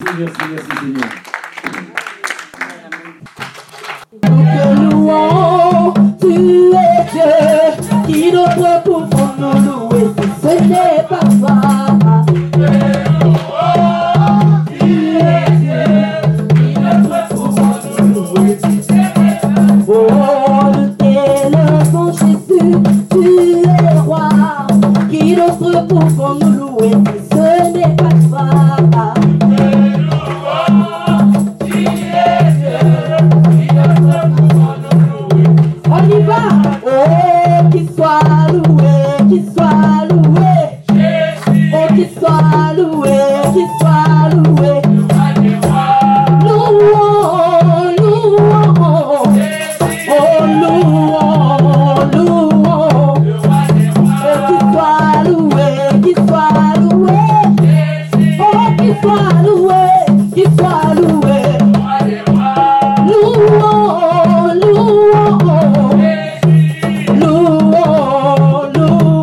merci, merci Seigneur. Nous te louons, tu es Dieu, qui d'autre pouvons-nous louer si ce n'est pas toi Oh, nous t'élevons Jésus, tu es le roi, qui d'autre pouvons-nous louer si ce n'est pas toi On y va Oh, qu'il soit loué, qu'il soit loué Oh, qu'il soit loué, qu'il soit loué Louons, louons Oh, louons, louons Oh, qu'il soit loué, qu'il soit loué Oh, qu'il soit loué, qu'il soit loué Louons, louons Louons, louons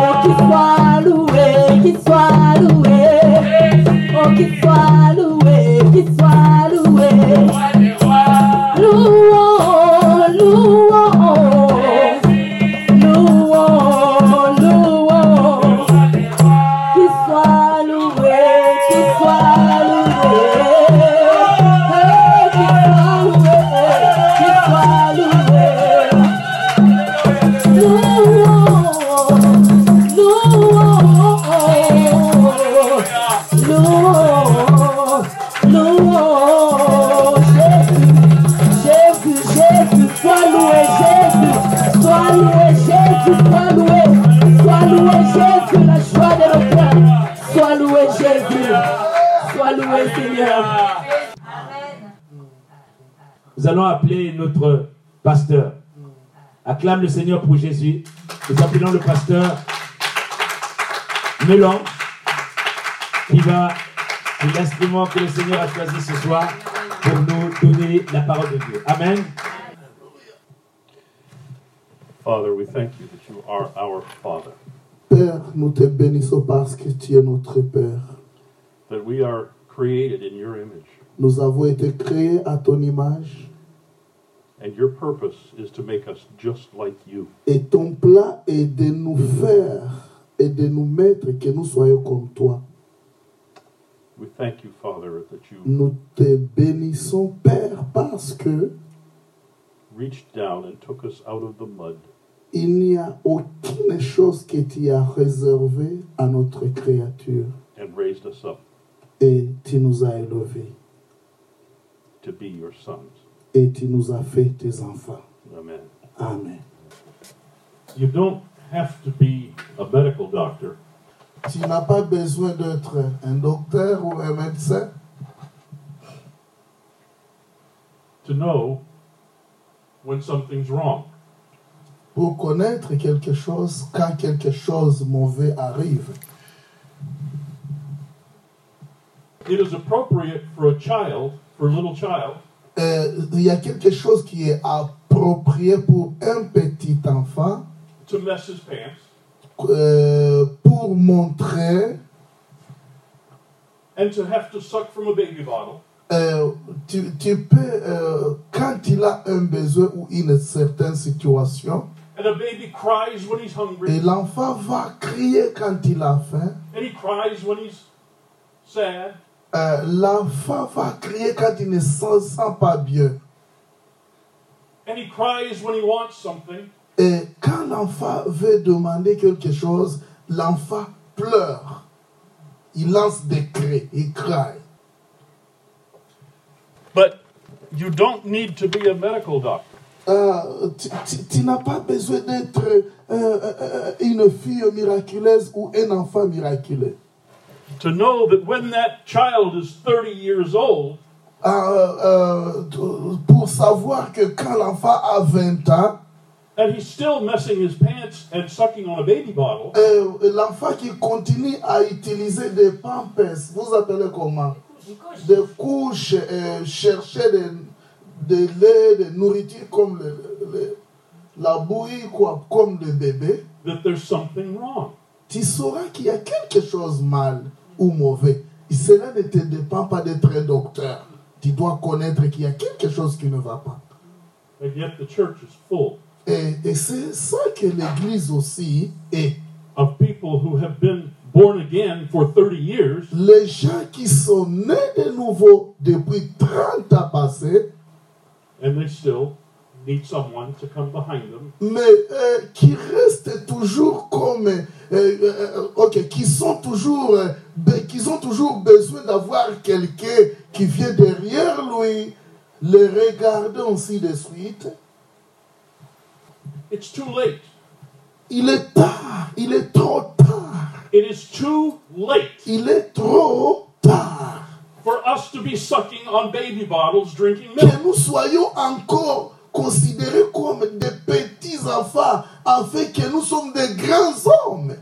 Oh, qu'il soit loué, qu'il soit loué Oh, qu'il soit loué, qu'il soit loué Louons, louons Louons, louons Qu'il soit loué, qu'il soit loué Oh, qu'il soit loué, qu'il soit loué Nous allons appeler notre pasteur. Acclame le Seigneur pour Jésus. Nous appelons le pasteur Mélan, qui va, qui est l'instrument que le Seigneur a choisi ce soir pour nous donner la parole de Dieu. Amen. Father, we thank you that you are our Father, Père, nous te bénissons parce que tu es notre Père. that we are created in your image, Nous avons été créés à ton image and your purpose is to make us just like you. et ton plat est de nous faire et de nous mettre que nous soyons comme toi. We thank you, Father, that you Nous te bénissons, Père, parce que reached down and took us out of the mud il n'y a aucune chose que tu as réservée à notre créature and raised us up et tu nous as élevés to be your sons. et tu nous as fait tes enfants. Amen. Amen. You don't have to be a medical doctor Tu n'as pas besoin d'être un docteur ou un médecin to know when something's wrong. pour connaître quelque chose quand quelque chose mauvais arrive. It is appropriate for a child, for a little child, Euh, il y a quelque chose qui est approprié pour un petit enfant to mess his pants euh, pour montrer, and to have to suck from a baby bottle euh, tu, tu peux, euh, quand il a un besoin ou une certaine situation, And a baby cries when he's hungry, et l'enfant va crier quand il a faim, and he cries when he's sad. euh, l'enfant va crier quand il ne se sent pas bien. And he cries when he wants something. Et quand l'enfant veut demander quelque chose, l'enfant pleure. Il lance des cris, il crie. But you don't need to be a medical doctor Euh, tu tu- tu n'as pas besoin d'être euh, euh, euh, une fille miraculeuse ou un enfant miraculeux. to know that when that child is 30 years old, Euh, euh, t- pour savoir que quand l'enfant a 20 ans, and he's still messing his pants and sucking on a baby bottle, euh, l'enfant qui continue à utiliser des pampers, vous appelez comment Des couches, euh, chercher de, de lait, de nourriture comme le- le- la bouillie, quoi, comme le bébé, that there's something wrong. tu sauras qu'il y a quelque chose mal ou mauvais. Cela ne te dépend pas d'être un docteur. Tu dois connaître qu'il y a quelque chose qui ne va pas. And yet the church is full Et, et c'est ça que l'Église aussi est. of people who have been born again for 30 years, Les gens qui sont nés de nouveau depuis 30 ans passés, and they still need someone to come behind them mais euh, qui restent toujours comme... euh, euh, ok, qui sont toujours... euh, be- qui ont toujours besoin d'avoir quelqu'un qui vient derrière lui, le regarder aussi de suite. It's too late. Il est tard, il est trop tard, It is too late il est trop tard. for us to be sucking on baby bottles drinking milk. que nous soyons encore considérés comme des petits enfants, afin que nous sommes des grands hommes.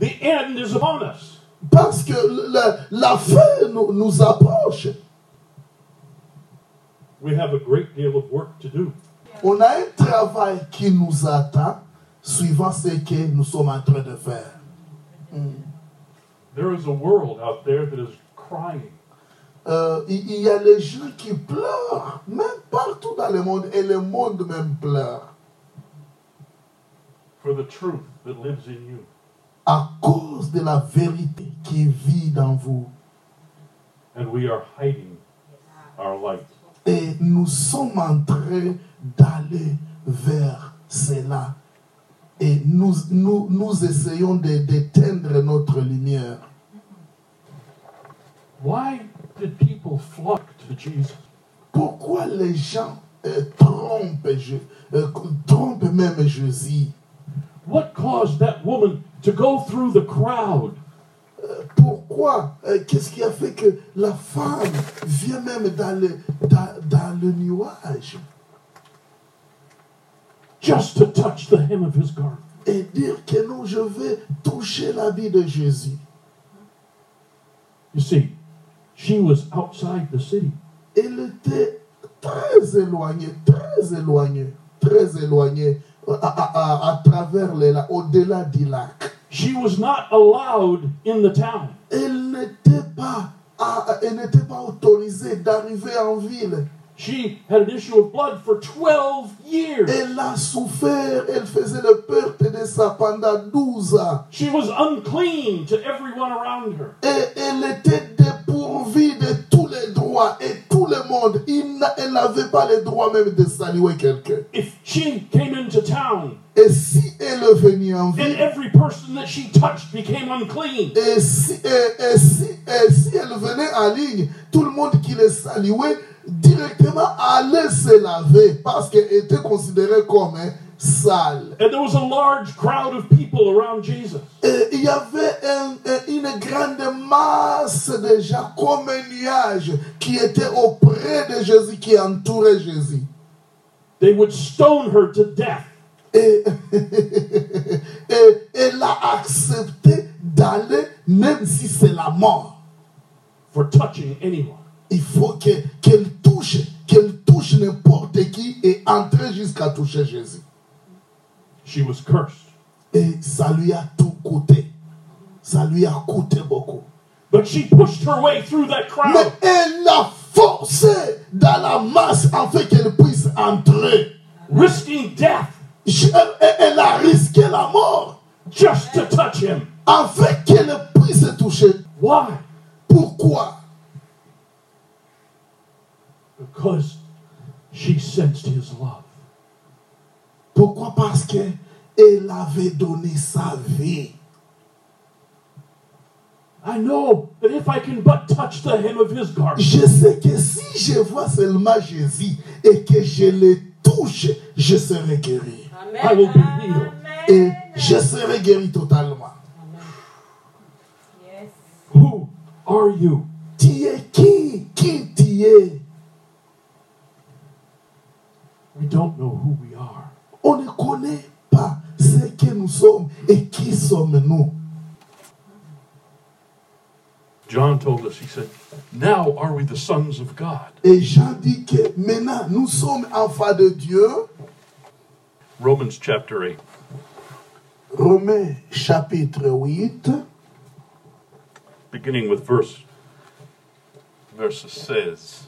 The end is upon us. Parce que la, la fin nous, nous approche. We have a great deal of work to do. On a un travail qui nous attend, suivant ce que nous sommes en train de faire. There is a world out there that is crying Euh, il il y a les gens qui pleurent, même partout dans le monde, et le monde même pleure, for the truth that lives in you. à cause de la vérité qui vit dans vous. And we are hiding our light. Et nous sommes en train d'aller vers cela. Et nous, nous, nous essayons de- d'éteindre notre lumière. Why did people flock to Jesus? Pourquoi les gens euh, trompent, Je- euh, trompent même Jésus What caused that woman to go through the crowd Pourquoi euh, Qu'est-ce qui a fait que la femme vient même dans le, dans, dans le nuage just to touch the hem of his garment? et dire que non, je vais toucher l'habit de Jésus You see, she was outside the city. Elle était très éloignée, très éloignée, très éloignée euh, à, à- à- à travers les lacs, au-delà du lac. She was not allowed in the town. Elle n'était pas, à- elle n'était pas autorisée d'arriver en ville. She had an issue of blood for 12 years. Elle a souffert, elle faisait le perte de ça pendant 12 ans. She was unclean to everyone around her. Et elle était dépourvue de tous les droits et tout le monde. Il n'a- elle n'avait pas le droit même de saluer quelqu'un. If she came into town Et si elle venait en and ville, every person that she touched became unclean, Et si, et, et si, et si elle venait en ligne, tout le monde qui les saluait directement allait se laver parce qu'elle était considérée comme hein, sale. and there was a large crowd of people around Jesus, Et il y avait un- un- une grande masse de gens comme un nuage qui était auprès de Jésus, qui entourait Jésus. they would stone her to death. Et et elle a accepté d'aller même si c'est la mort. for touching anyone. Il faut que- qu'elle touche, qu'elle touche n'importe qui et entrer jusqu'à toucher Jésus. She was cursed. Et ça lui a tout coûté. Ça lui a coûté beaucoup. But she pushed her way through that Mais crowd. elle l'a forcé dans la masse afin qu'elle puisse entrer. risking death Je- Elle, elle a risqué la mort just to touch him. afin qu'elle puisse toucher. Why? Pourquoi Because she sensed his love. Pourquoi Parce qu'elle avait donné sa vie. I know that if I can but touch the hem of his garment, Je sais que si je vois seulement Jésus et que je le touche, je serai guéri. I will be healed. Et je serai guéri totalement. Who are you? Tu es qui Qui tu es We don't know who we are. On ne connaît pas ce que nous sommes et qui sommes-nous. John told us, he said, Now are we the sons of God. Et Jean dit que maintenant nous sommes enfants de Dieu. Romans chapter 8. Romains chapitre 8, beginning with verse verses says.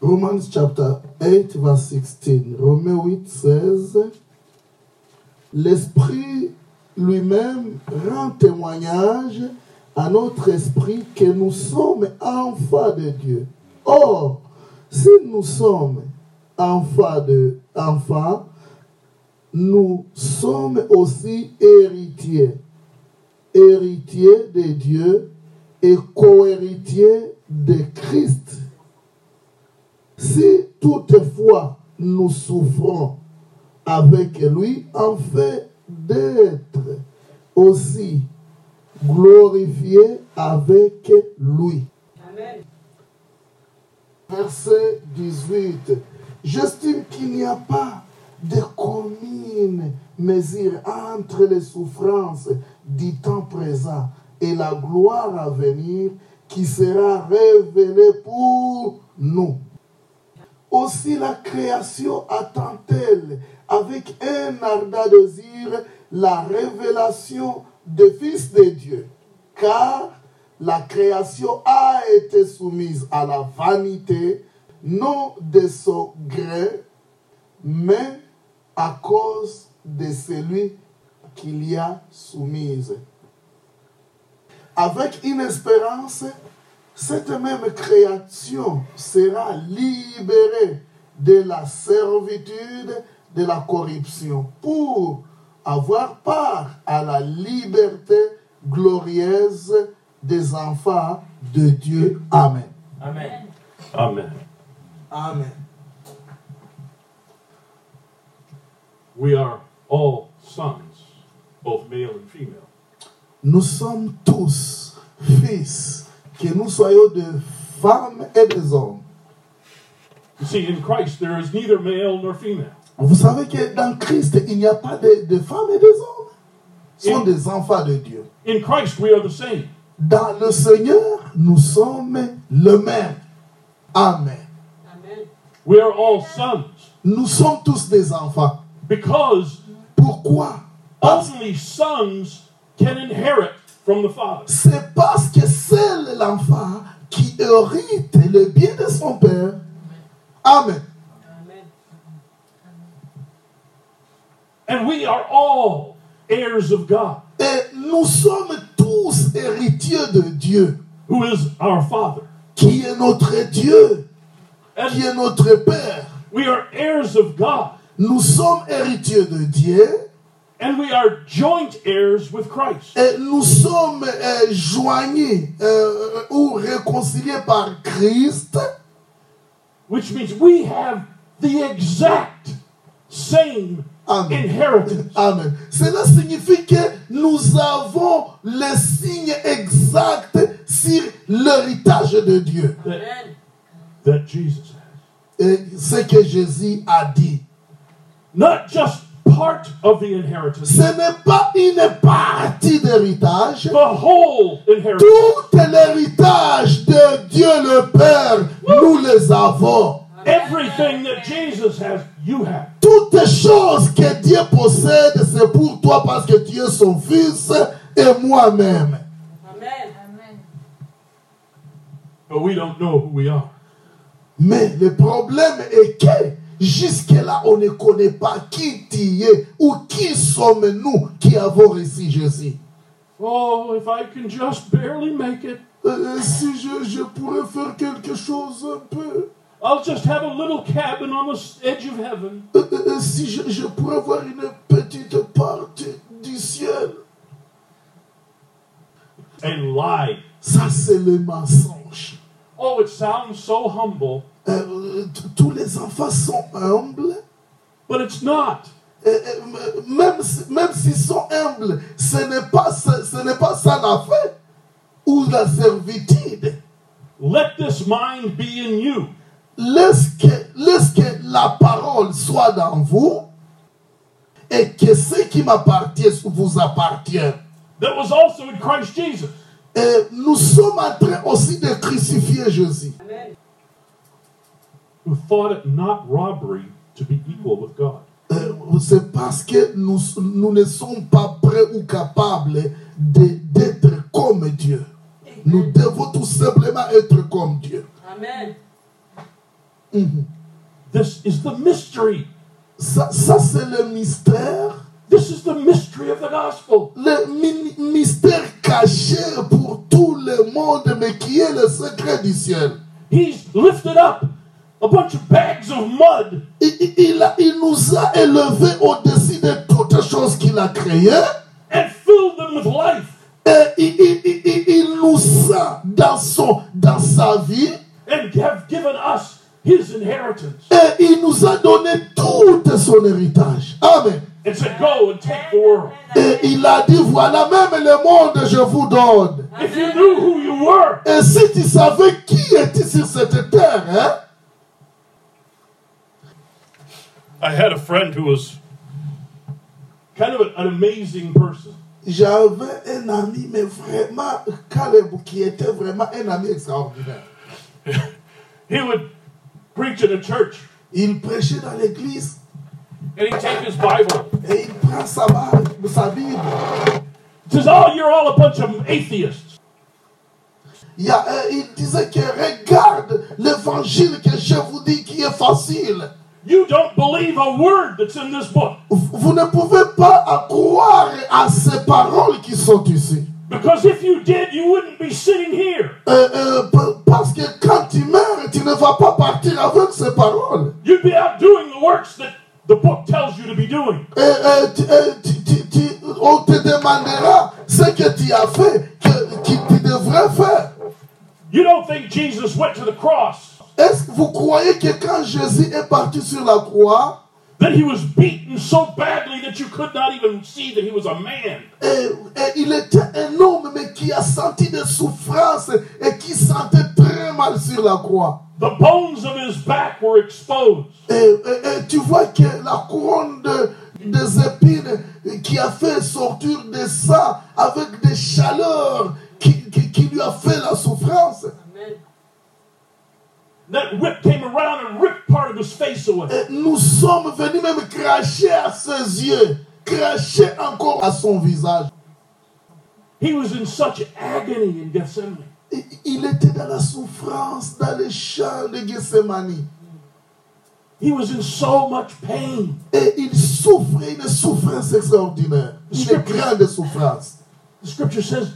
Romans chapter 8, verse 16. Romains 8, 16. L'Esprit lui-même rend témoignage à notre esprit que nous sommes enfants de Dieu. Or, si nous sommes enfants de enfants, nous sommes aussi héritiers, héritiers de Dieu et co-héritiers de Christ. Si toutefois nous souffrons avec lui, en fait d'être aussi glorifiés avec lui. Verset 18. J'estime qu'il n'y a pas de commune mesure entre les souffrances du temps présent et la gloire à venir qui sera révélée pour nous. Aussi la création attend-elle avec un ardent désir la révélation des fils de Dieu, car la création a été soumise à la vanité, non de son gré, mais à cause de celui qui l'y a soumise. Avec une espérance, cette même création sera libérée de la servitude, de la corruption, pour avoir part à la liberté glorieuse des enfants de Dieu. Amen. Amen. Amen. Amen. We are all sons, both male and female. Nous sommes tous fils, que nous soyons des femmes et des hommes. You see, in Christ there is neither male nor female. Vous savez que dans Christ, il n'y a pas de, de femmes et des hommes. Ce sont Et- des enfants de Dieu. In Christ we are the same. Dans le Seigneur, nous sommes le même. Amen. We are all sons Nous sommes tous des enfants. because Pourquoi Parce- only sons can inherit from the Father. C'est parce que c'est l'enfant qui hérite le bien de son père. Amen. And we are all heirs of God, Et nous sommes tous héritiers de Dieu, who is our Father. qui est notre Dieu, qui And est notre Père. we are heirs of God, Nous sommes héritiers de Dieu and we are joint heirs with Christ. et nous sommes euh, joignés euh, ou réconciliés par Christ, which means we have the exact same Amen. inheritance. Amen. Cela signifie que nous avons les signes exacts sur l'héritage de Dieu. That, that Jesus has. Et ce que Jésus a dit, Not just part of the inheritance, ce n'est pas une partie d'héritage, the whole inheritance. tout l'héritage de Dieu le Père, nous les avons. Everything that Jesus has, you have. Toutes les choses que Dieu possède, c'est pour toi parce que tu es son fils et moi-même. But we don't know who we are. Mais le problème est que jusque-là, on ne connaît pas qui tu es ou qui sommes-nous qui avons reçu Jésus. Oh, if I can just barely make it, Euh, si je, je pourrais faire quelque chose un peu, I'll just have a little cabin on the s- edge of heaven. Euh, euh, si je, je pourrais avoir une petite partie du ciel, A lie. ça c'est le mensonge. Oh, it sounds so humble, Euh, t- tous les enfants sont humbles. but it's not. Euh, euh, m- même, si- même s'ils sont humbles, ce n'est pas, ce, ce n'est pas ça la faim ou la servitude. Let this mind be in you, Laisse que, laisse que la parole soit dans vous et que ce qui m'appartient vous appartient. that was also in Christ Jesus. Et nous sommes en train aussi de crucifier Jésus, who thought it not robbery to be equal with God. Euh, c'est parce que nous, nous ne sommes pas prêts ou capables de- d'être comme Dieu. Nous devons tout simplement être comme Dieu. Amen. Mhm. This is the mystery. Ça, ça, c'est le mystère, This is the mystery of the gospel. le mi- mystère caché pour tout le monde, mais qui est le secret du ciel. He's lifted up a bunch of bags of mud Il, il- il a- il nous a élevés au-dessus de toutes choses qu'il a créées. and filled them with life Et il, il- il- il- il nous a dans, son, dans sa vie. and have given us his inheritance Et il nous a donné tout son héritage. Amen. and said, Go and take the world. Et il a dit, voilà même le monde je vous donne. If you knew who you were, Et si tu savais qui était sur cette terre, hein, I had a friend who was kind of an, an amazing person. j'avais un ami, mais vraiment, Caleb, qui était vraiment un ami extraordinaire. He would preach in a church Il prêchait dans l'église and he'd take his Bible. et il prend sa, Bible- sa Bible. says, Oh, you're all a bunch of atheists. Il, y a, euh, il disait que regarde l'évangile que je vous dis qui est facile. You don't believe a word that's in this book Vous vous ne pouvez pas croire à ces paroles qui sont ici. because if you did, you wouldn't be sitting here. Euh, euh, p- parce que quand tu meurs, tu ne vas pas partir avec ces paroles. You'd be out doing the works that the book tells you to be doing. Et, euh, tu- euh, tu- tu- tu- on te demandera ce que tu as fait, que, que tu devrais faire. You don't think Jesus went to the cross, Est-ce que vous croyez que quand Jésus est parti sur la croix, that he was beaten so badly that you could not even see that he was a man. et, et il était un homme mais qui a senti des souffrances et qui sentait très mal sur la croix The bones of his back were exposed. et, et- et tu vois que la couronne de- des épines qui a fait sortir de ça avec des chaleurs qui, qui- qui lui a fait la souffrance. That whip came around and ripped part of his face away. Et nous sommes venus même cracher à ses yeux, cracher encore à son visage. He was in such agony in Gethsemane. Et Il était dans la souffrance, dans les champs de Gethsemane. He was in so much pain. Et il souffrait une souffrance extraordinaire, une grande souffrance. The scripture says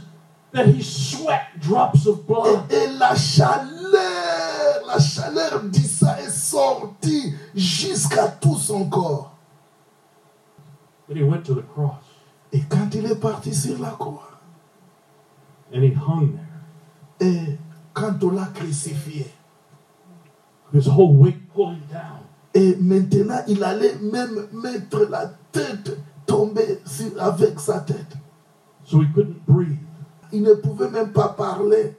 that he sweat drops of blood. Et la chaleur, la chaleur d'Issa est sortie jusqu'à tout son corps. Then he went to the cross Et quand il est parti sur la croix, and he hung there, et quand on l'a crucifié, his whole weight pulling down. et maintenant il allait même mettre la tête tomber sur- avec sa tête. So he couldn't breathe. Il ne pouvait même pas parler,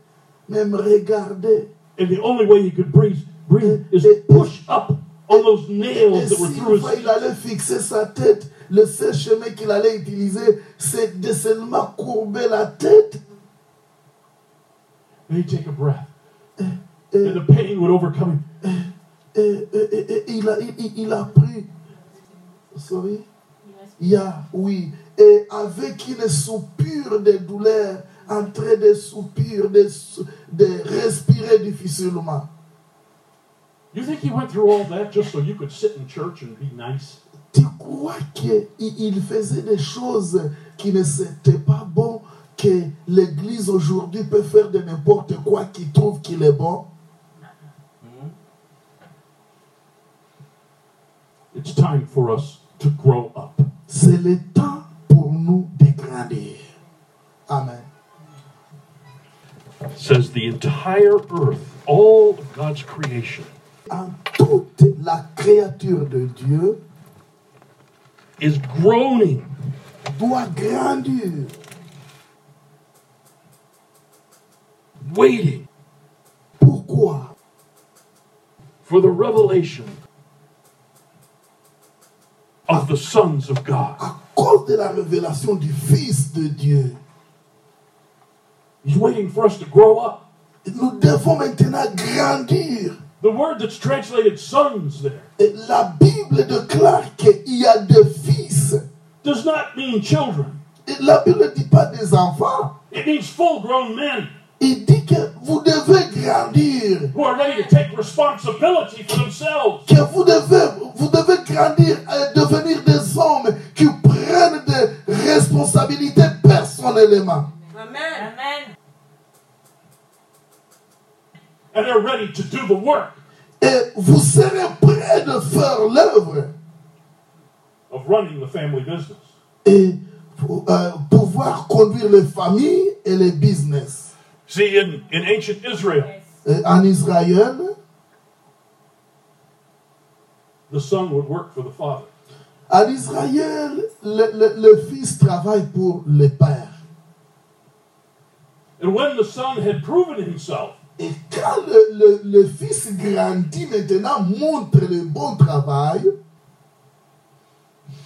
même regarder. And the only way he could breathe, breathe is push up on those Et nails that were si through il his allait fixer sa tête, le seul chemin qu'il allait utiliser, c'est de seulement courber la tête And he'd take a breath. et And the pain would overcome him. Et, et- et- et il, a, il- il- il a pris. Sorry? Yeah, oui. Et avec une soupir de douleur, en train de soupir, de, sou- de respirer difficilement. You think he went through all that just so you could sit in church and be nice? Tu crois qu'il faisait des choses qui ne s'étaient pas bon, que l'Église aujourd'hui peut faire de n'importe quoi qui trouve qu'il est bon? It's time for us to grow up. C'est le temps pour nous de grandir. Amen. Says the entire earth, all of God's creation, en toute la créature de Dieu is groaning doit grandir, waiting Pourquoi for the revelation of the sons of God. À cause de la révélation du Fils de Dieu. He's waiting for us to grow up. Nous devons maintenant grandir. The word that's translated sons there Et la Bible déclare qu'il y a des fils. does not mean children, Et la Bible ne dit pas des enfants, it means full grown men. Il dit que vous devez grandir, who are ready to take responsibility for themselves. que vous devez, vous devez grandir et devenir des hommes qui prennent des responsabilités personnellement. Amen. Amen. And they're ready to do the work Et vous serez prêts de faire l'œuvre of running the family business. et euh, pouvoir conduire les familles et les business. See, in, in ancient Israel, Et en Israël, the son would work for the father. en Israël, le, le- le fils travaille pour le père. And when the son had proven himself, Et quand le, le- le fils grandit maintenant, montre le bon travail,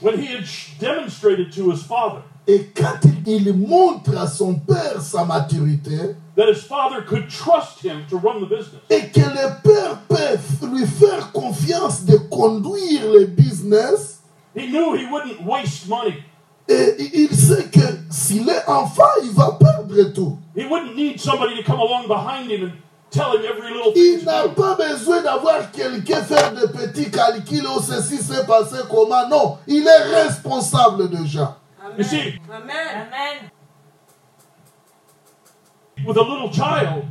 when he had sh- demonstrated to his father et quand il montre à son père sa maturité, that his father could trust him to run the business, et que le père peut lui faire confiance de conduire le business, he knew he wouldn't waste money. et i- il sait que s'il est enfant, il va perdre tout. He wouldn't need somebody to come along behind him and tell him every little thing. Il to n'a do. pas besoin d'avoir quelqu'un faire des petits calculs, oh, ceci s'est passé comment. Non, il est responsable déjà. You see, Amen. Amen. with a little child,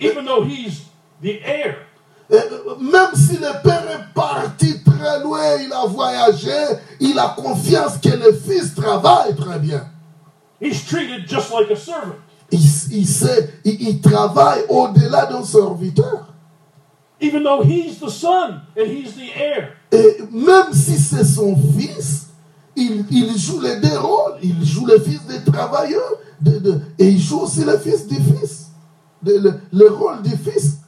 even though he's the heir, Et, euh, même si le père est parti très loin, il a voyagé, il a confiance que le fils travaille très bien. he's treated just like a servant. Il, il sait, il, il travaille au-delà d'un serviteur. Even though he's the son and he's the heir, Et même si c'est son fils, il, il joue les deux rôles. Il joue le fils des travailleurs de- de- et il joue aussi le fils du fils. de- le, le rôle du fils.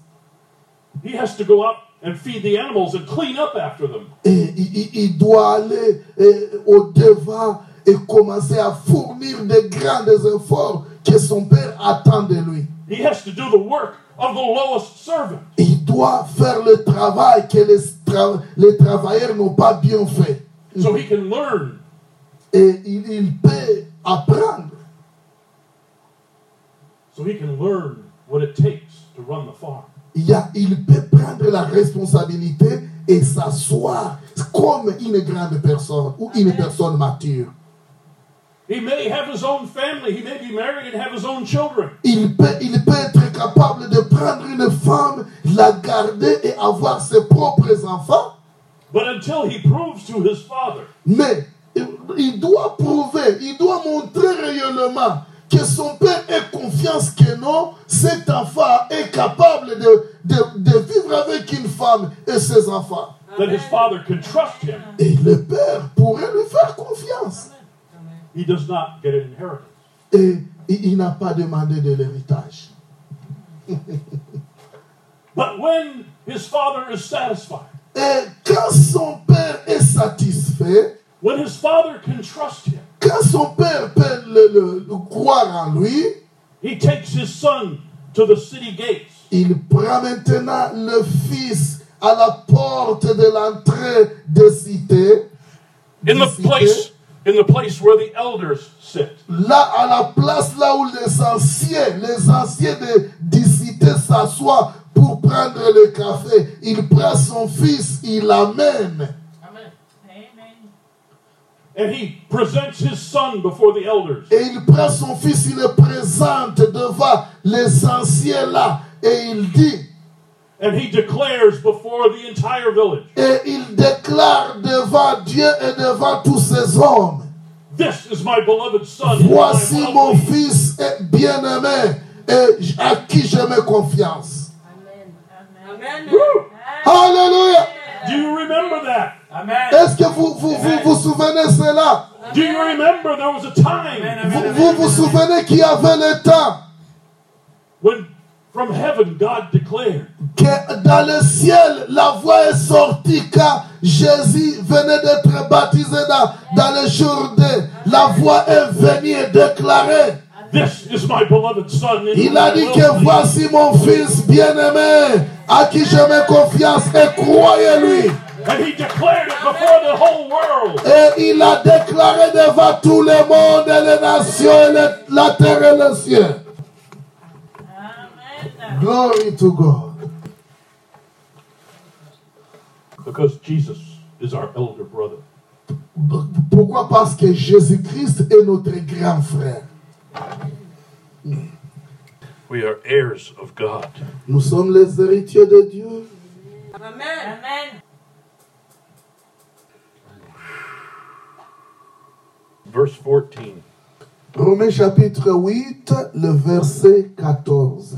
he has to go out and feed the animals and clean up after them. Et il, il- il doit aller euh, au devant et commencer à fournir des grands efforts que son père attend de lui. He has to do the work of the lowest servant. Il doit faire le travail que les, tra- les travailleurs n'ont pas bien fait. so he can learn. Et il, il peut apprendre. So he can learn what it takes to run the farm. Il, y a- il peut prendre la responsabilité et s'asseoir comme une grande personne ou une personne mature. He may have his own family. He may be married and have his own children. Il peut, il peut être capable de prendre une femme, la garder et avoir ses propres enfants, But until he proves to his father mais il- il doit prouver, il doit montrer réellement que son père ait confiance que non, cet enfant est capable de, de- de vivre avec une femme et ses enfants. that his father can trust him, Et le père pourrait lui faire confiance. he does not get an inheritance. et il il n'a pas demandé de l'héritage. But when his father is satisfied, Et quand son père est satisfait, when his father can trust him, quand son père peut le, le- le croire en lui, he takes his son to the city gates il prend maintenant le fils à la porte de l'entrée des cités, in the place in the place where the elders sit. là à la place là où les anciens, les anciens de, des cités s'assoient pour prendre le café. Il prend son fils, il l'amène. Amen. And he presents his son before the elders. Et il prend son fils, il le présente devant les anciens là. Et il dit, And he declares before the entire village. et il déclare devant Dieu et devant tous ses hommes, This is my beloved son. in whom I am voici well mon pleased. fils est bien-aimé, et à qui je mets confiance. Amen. Woo! Alléluia. Do you remember that? Est-ce que vous vous, vous vous souvenez cela Do you remember there was a time vous, vous vous souvenez qu'il y avait le temps when from heaven God declared, que dans le ciel, la voix est sortie quand Jésus venait d'être baptisé dans, dans le Jourdain. La voix est venue et déclarée. This is my beloved son. in whom Il I a dit am well que pleased." voici mon fils bien-aimé, à qui je mets confiance, et croyez-lui. And he declared it before the whole world. Et il a déclaré devant tout le monde et les nations et les- la terre et les cieux. Glory to God. because Jesus is our elder brother. Pourquoi Parce que Jésus-Christ est notre grand frère. We are heirs of God. Nous sommes les héritiers de Dieu. Amen. Verse 14. Romains chapitre 8, le verset 14.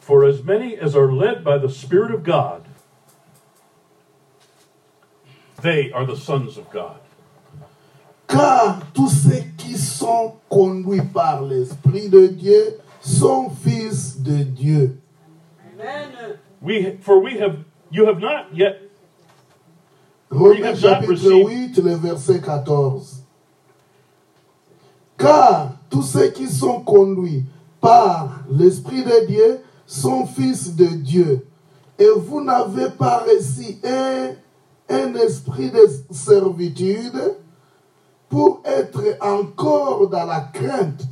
For as many as are led by the Spirit of God, they are the sons of God. Car tous ceux qui sont conduits par l'Esprit de Dieu sont fils de Dieu. We, for we have, you have not yet, Romains chapitre 8, le verset 14. Car tous ceux qui sont conduits par l'Esprit de Dieu sont fils de Dieu. Et vous n'avez pas reçu un, un esprit de servitude pour être encore dans la crainte,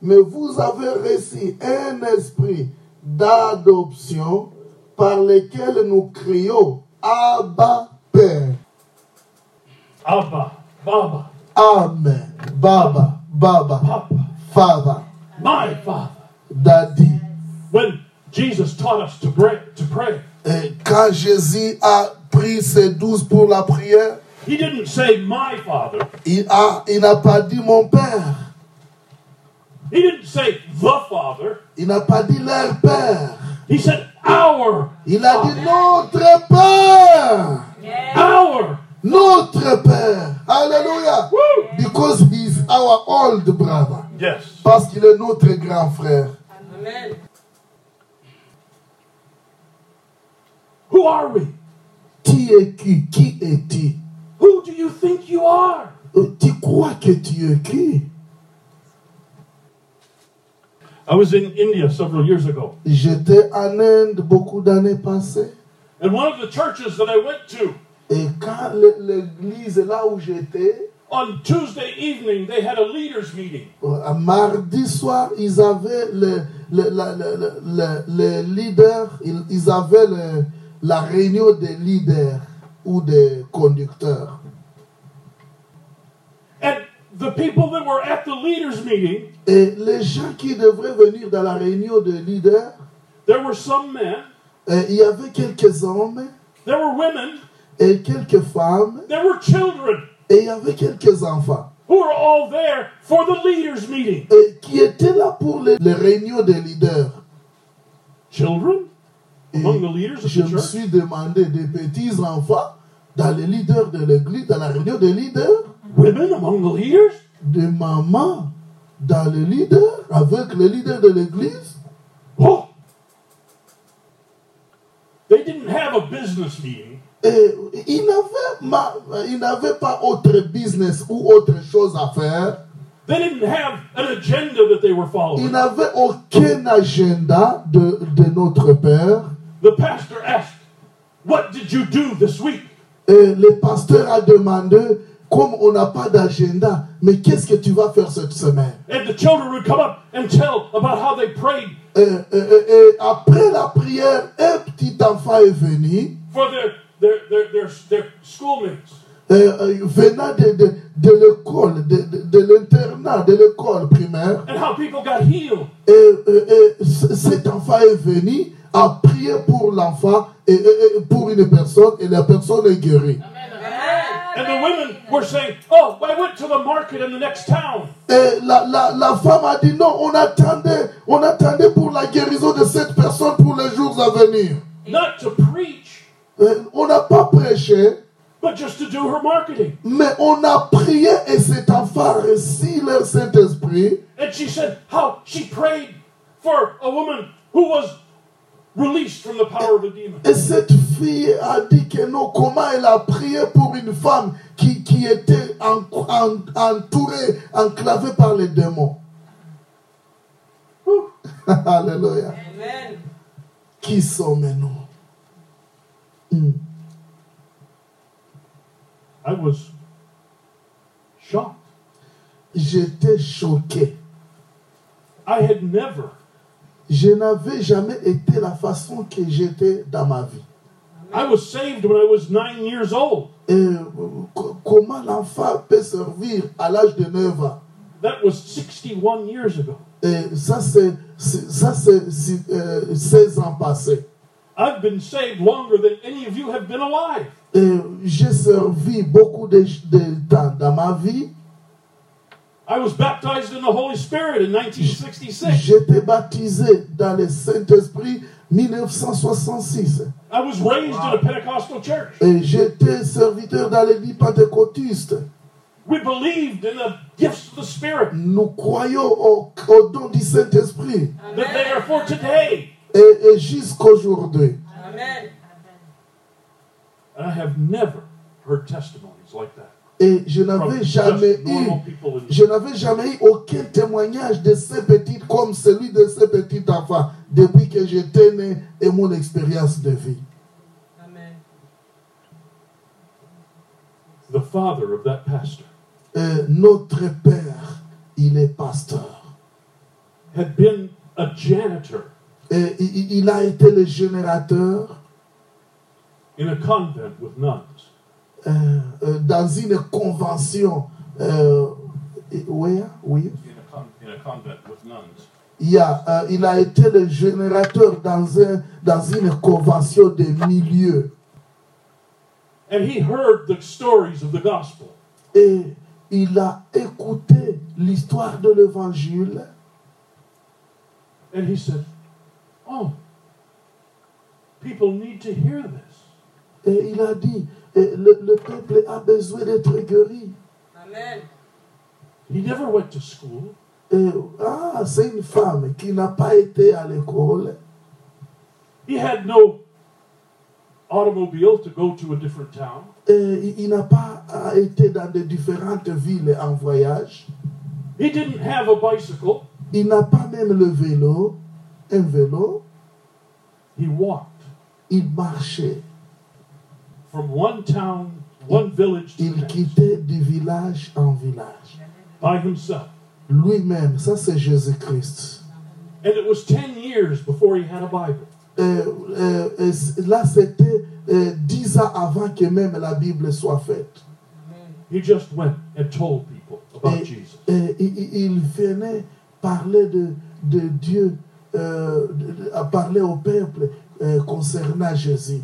mais vous avez reçu un esprit d'adoption par lequel nous crions Abba Père. Abba, Baba, Amen. Baba, Baba, Papa, Father, my Father. Daddy. When Jesus taught us to pray, to pray, Et quand Jésus a pris ses douze pour la prière, he didn't say my Father. il a- il n'a pas dit mon Père. He didn't say the Father. Il n'a pas dit leur Père. He said our, Il a dit notre Père. our. Notre Père. Alléluia. Woo! Because he is our old brother. Yes. Parce qu'il est notre grand frère. Who are we? Qui es qui Qui es-tu Who do you think you are? Euh, Tu crois que tu es qui I was in India several years ago, J'étais en Inde beaucoup d'années passées. and one of the churches that I went to Et quand le- l'église là où j'étais, on Tuesday evening they had a leaders meeting, euh, un mardi soir, ils avaient le, le, la- le- le- le- le leader, ils, ils avaient le- la réunion des leaders ou des conducteurs. and the people that were at the leaders meeting, Et les gens qui devraient venir dans la réunion des leaders, there were some men, euh, il y avait quelques hommes there were women, et quelques femmes there were children et il y avait quelques enfants who were all there for the leaders meeting. et qui étaient là pour les, les réunions des leaders. Children Et among the leaders of je the me church. suis demandé des petits enfants dans les leaders de l'église, dans la réunion des leaders, Women among the leaders? des mamans dans les leaders, avec les leaders de l'église. Oh! They didn't have a business meeting. Et ils n'avaient ma- ils n'avaient pas autre business ou autre chose à faire. They didn't have an agenda that they were Il following. n'avait aucun agenda de, de notre Père. The pastor asked, What did you do this week? Et le pasteur a demandé, comme on n'a pas d'agenda, mais qu'est-ce que tu vas faire cette semaine And the children would come up and tell about how they prayed Et, et- et- et après la prière, un petit enfant est venu, for their, their, their, their, their schoolmates. euh, euh, venant de, de, de l'école, de, de, de l'internat, de l'école primaire. and how people got healed. Et, et- et c- cet enfant est venu à prier pour l'enfant et, et- et pour une personne, et la personne est guérie. And the women were saying, Oh, I went to the market in the next town. Et la, la, la femme a dit non, on attendait, on attendait pour la guérison de cette personne pour les jours à venir. Not to preach, Euh, on n'a pas prêché, but just to do her marketing. mais on a prié et cet enfant a reçu le Saint-Esprit. And she said how she prayed for a woman who was released from the power of a demon. Et cette fille a dit que non, comment elle a prié pour une femme qui, qui était en- en- entourée, enclavée par les démons. Ouh. Alléluia. Qui sommes-nous? I was shocked. J'étais choqué. I had never Je n'avais jamais été la façon que j'étais dans ma vie. I was saved when I was nine years old. Et euh, co- comment l'enfant peut servir à l'âge de 9 ans That was 61 years ago. Et ça, c'est c'est- ça, c'est c'est, euh, 16 ans passés. I've been saved longer than any of you have been alive. Et j'ai servi beaucoup de, de temps dans ma vie. I was baptized in the Holy Spirit in 1966. J'étais baptisé dans le Saint-Esprit 1966. I was raised in a Pentecostal church. Et j'étais serviteur dans l'église pentecôtiste. We believed in the gifts of the Spirit. Nous croyons au, au don du Saint-Esprit. That they are for today. Et, et jusqu'aujourd'hui, Amen. And I have never heard testimonies like that. et je From n'avais jamais just eu, normal people in je n'avais jamais eu aucun témoignage de ces petits comme celui de ces petits enfants depuis que j'étais né et mon expérience de vie. Amen. the father of that pastor Euh, notre Père, il est pasteur. had been a janitor Et Euh, il, il- il a été le générateur in a convent with nuns. euh, euh, dans une convention. euh, et- where? Oui. In a, con- in a convent with nuns. Il, y a, euh, il a été le générateur dans, un, dans une convention de milieux. And he heard the stories of the gospel. Et il a écouté l'histoire de l'évangile. And he said, Oh, people need to hear this. Et il a dit, eh, le, le peuple a besoin d'être guéri. Amen. He never went to school. Et, ah, c'est une femme qui n'a pas été à l'école. He had no automobile to go to a different town. Et il- il n'a pas ah, été dans de différentes villes en voyage. He didn't have a bicycle. Il n'a pas même le vélo, un vélo. He walked Il marchait. from one town, one village to the Il next quittait du village en village. by himself. Lui-même, ça c'est Jésus-Christ. And it was 10 years before he had a Bible. Et, euh, et c- là, c'était euh, dix ans avant que même la Bible soit faite. He just went and told people about Et- Jesus. Et il- il il venait parler de, de Dieu, euh, de- de- à parler au peuple euh, concernant Jésus.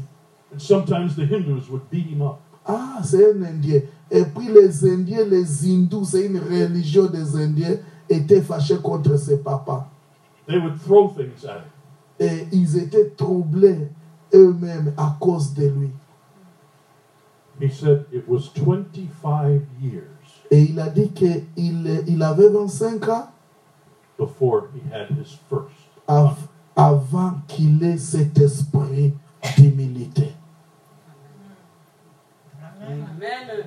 And sometimes the Hindus would beat him up. Ah, c'est un Indien. Et puis les Indiens, les hindous, c'est une religion des Indiens, étaient fâchés contre ses papas. They would throw things at him. Et ils étaient troublés eux-mêmes à cause de lui. He said it was 25 years Et il a dit qu'il il avait 25 ans before he had his first. av- avant qu'il ait cet esprit d'humilité. Amen.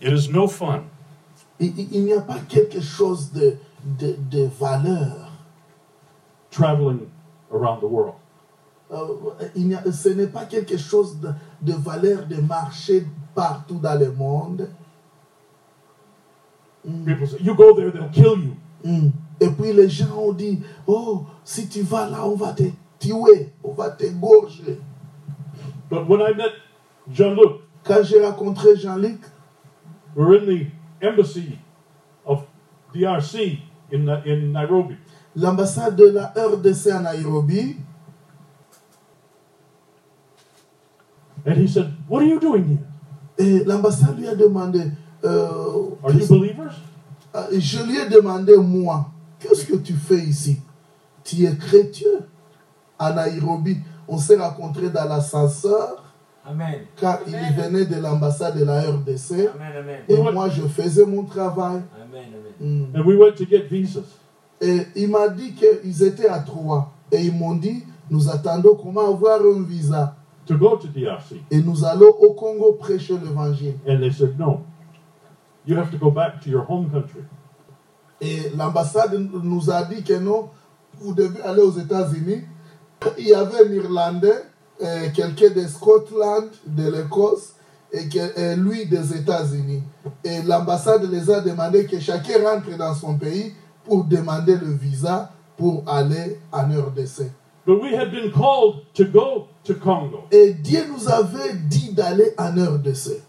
It is no fun Il, il- il n'y a pas quelque chose de, de, de valeur. traveling around the world. Euh, il n'y a- ce n'est pas quelque chose de, de valeur de marcher partout dans le monde. People say, You go there, they'll kill you. Hmm. Et puis les gens ont dit, oh, si tu vas là, on va te tuer, on va t'égorger. But when I met Jean Luc, Quand j'ai rencontré Jean-Luc, we were in the embassy of DRC in, Na- in Nairobi. l'ambassade de la RDC à Nairobi, And he said, What are you doing here? et l'ambassade lui a demandé, euh, Are you qu'est-ce- believers? euh, je lui ai demandé, moi, qu'est-ce que tu fais ici Tu es chrétien à Nairobi. On s'est rencontrés dans l'ascenseur Amen. car il venait de l'ambassade de la RDC Amen, amen. et moi je faisais mon travail. Amen, amen. Hmm. And we went to get visas. Et il m'a dit qu'ils étaient à trois. Et ils m'ont dit, nous attendons comment avoir un visa. to go to DRC. Et nous allons au Congo prêcher l'évangile. And they said, no, you have to go back to your home country. Et l'ambassade nous a dit que non, vous devez aller aux États-Unis. Il y avait un Irlandais, euh, quelqu'un de Scotland, de l'Écosse, et que, euh, lui des États-Unis. Et l'ambassade les a demandé que chacun rentre dans son pays pour demander le visa pour aller en RDC. But we had been called to go to Congo. Et Dieu nous avait dit d'aller en RDC.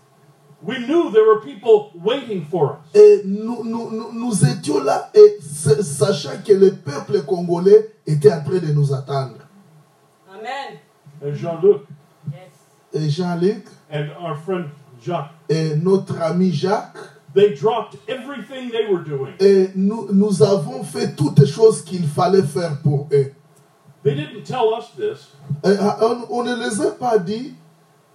We knew there were people waiting for us. Et nous, nous, nous, nous étions là, et s- sachant que le peuple congolais était en train de nous attendre. Amen. And Jean-Luc Yes. Et Jean-Luc and our friend Jacques, et notre ami Jacques, they dropped everything they were doing. et nous, nous avons fait toutes les choses qu'il fallait faire pour eux. They didn't tell us this, Et ah, on, on ne les a pas dit.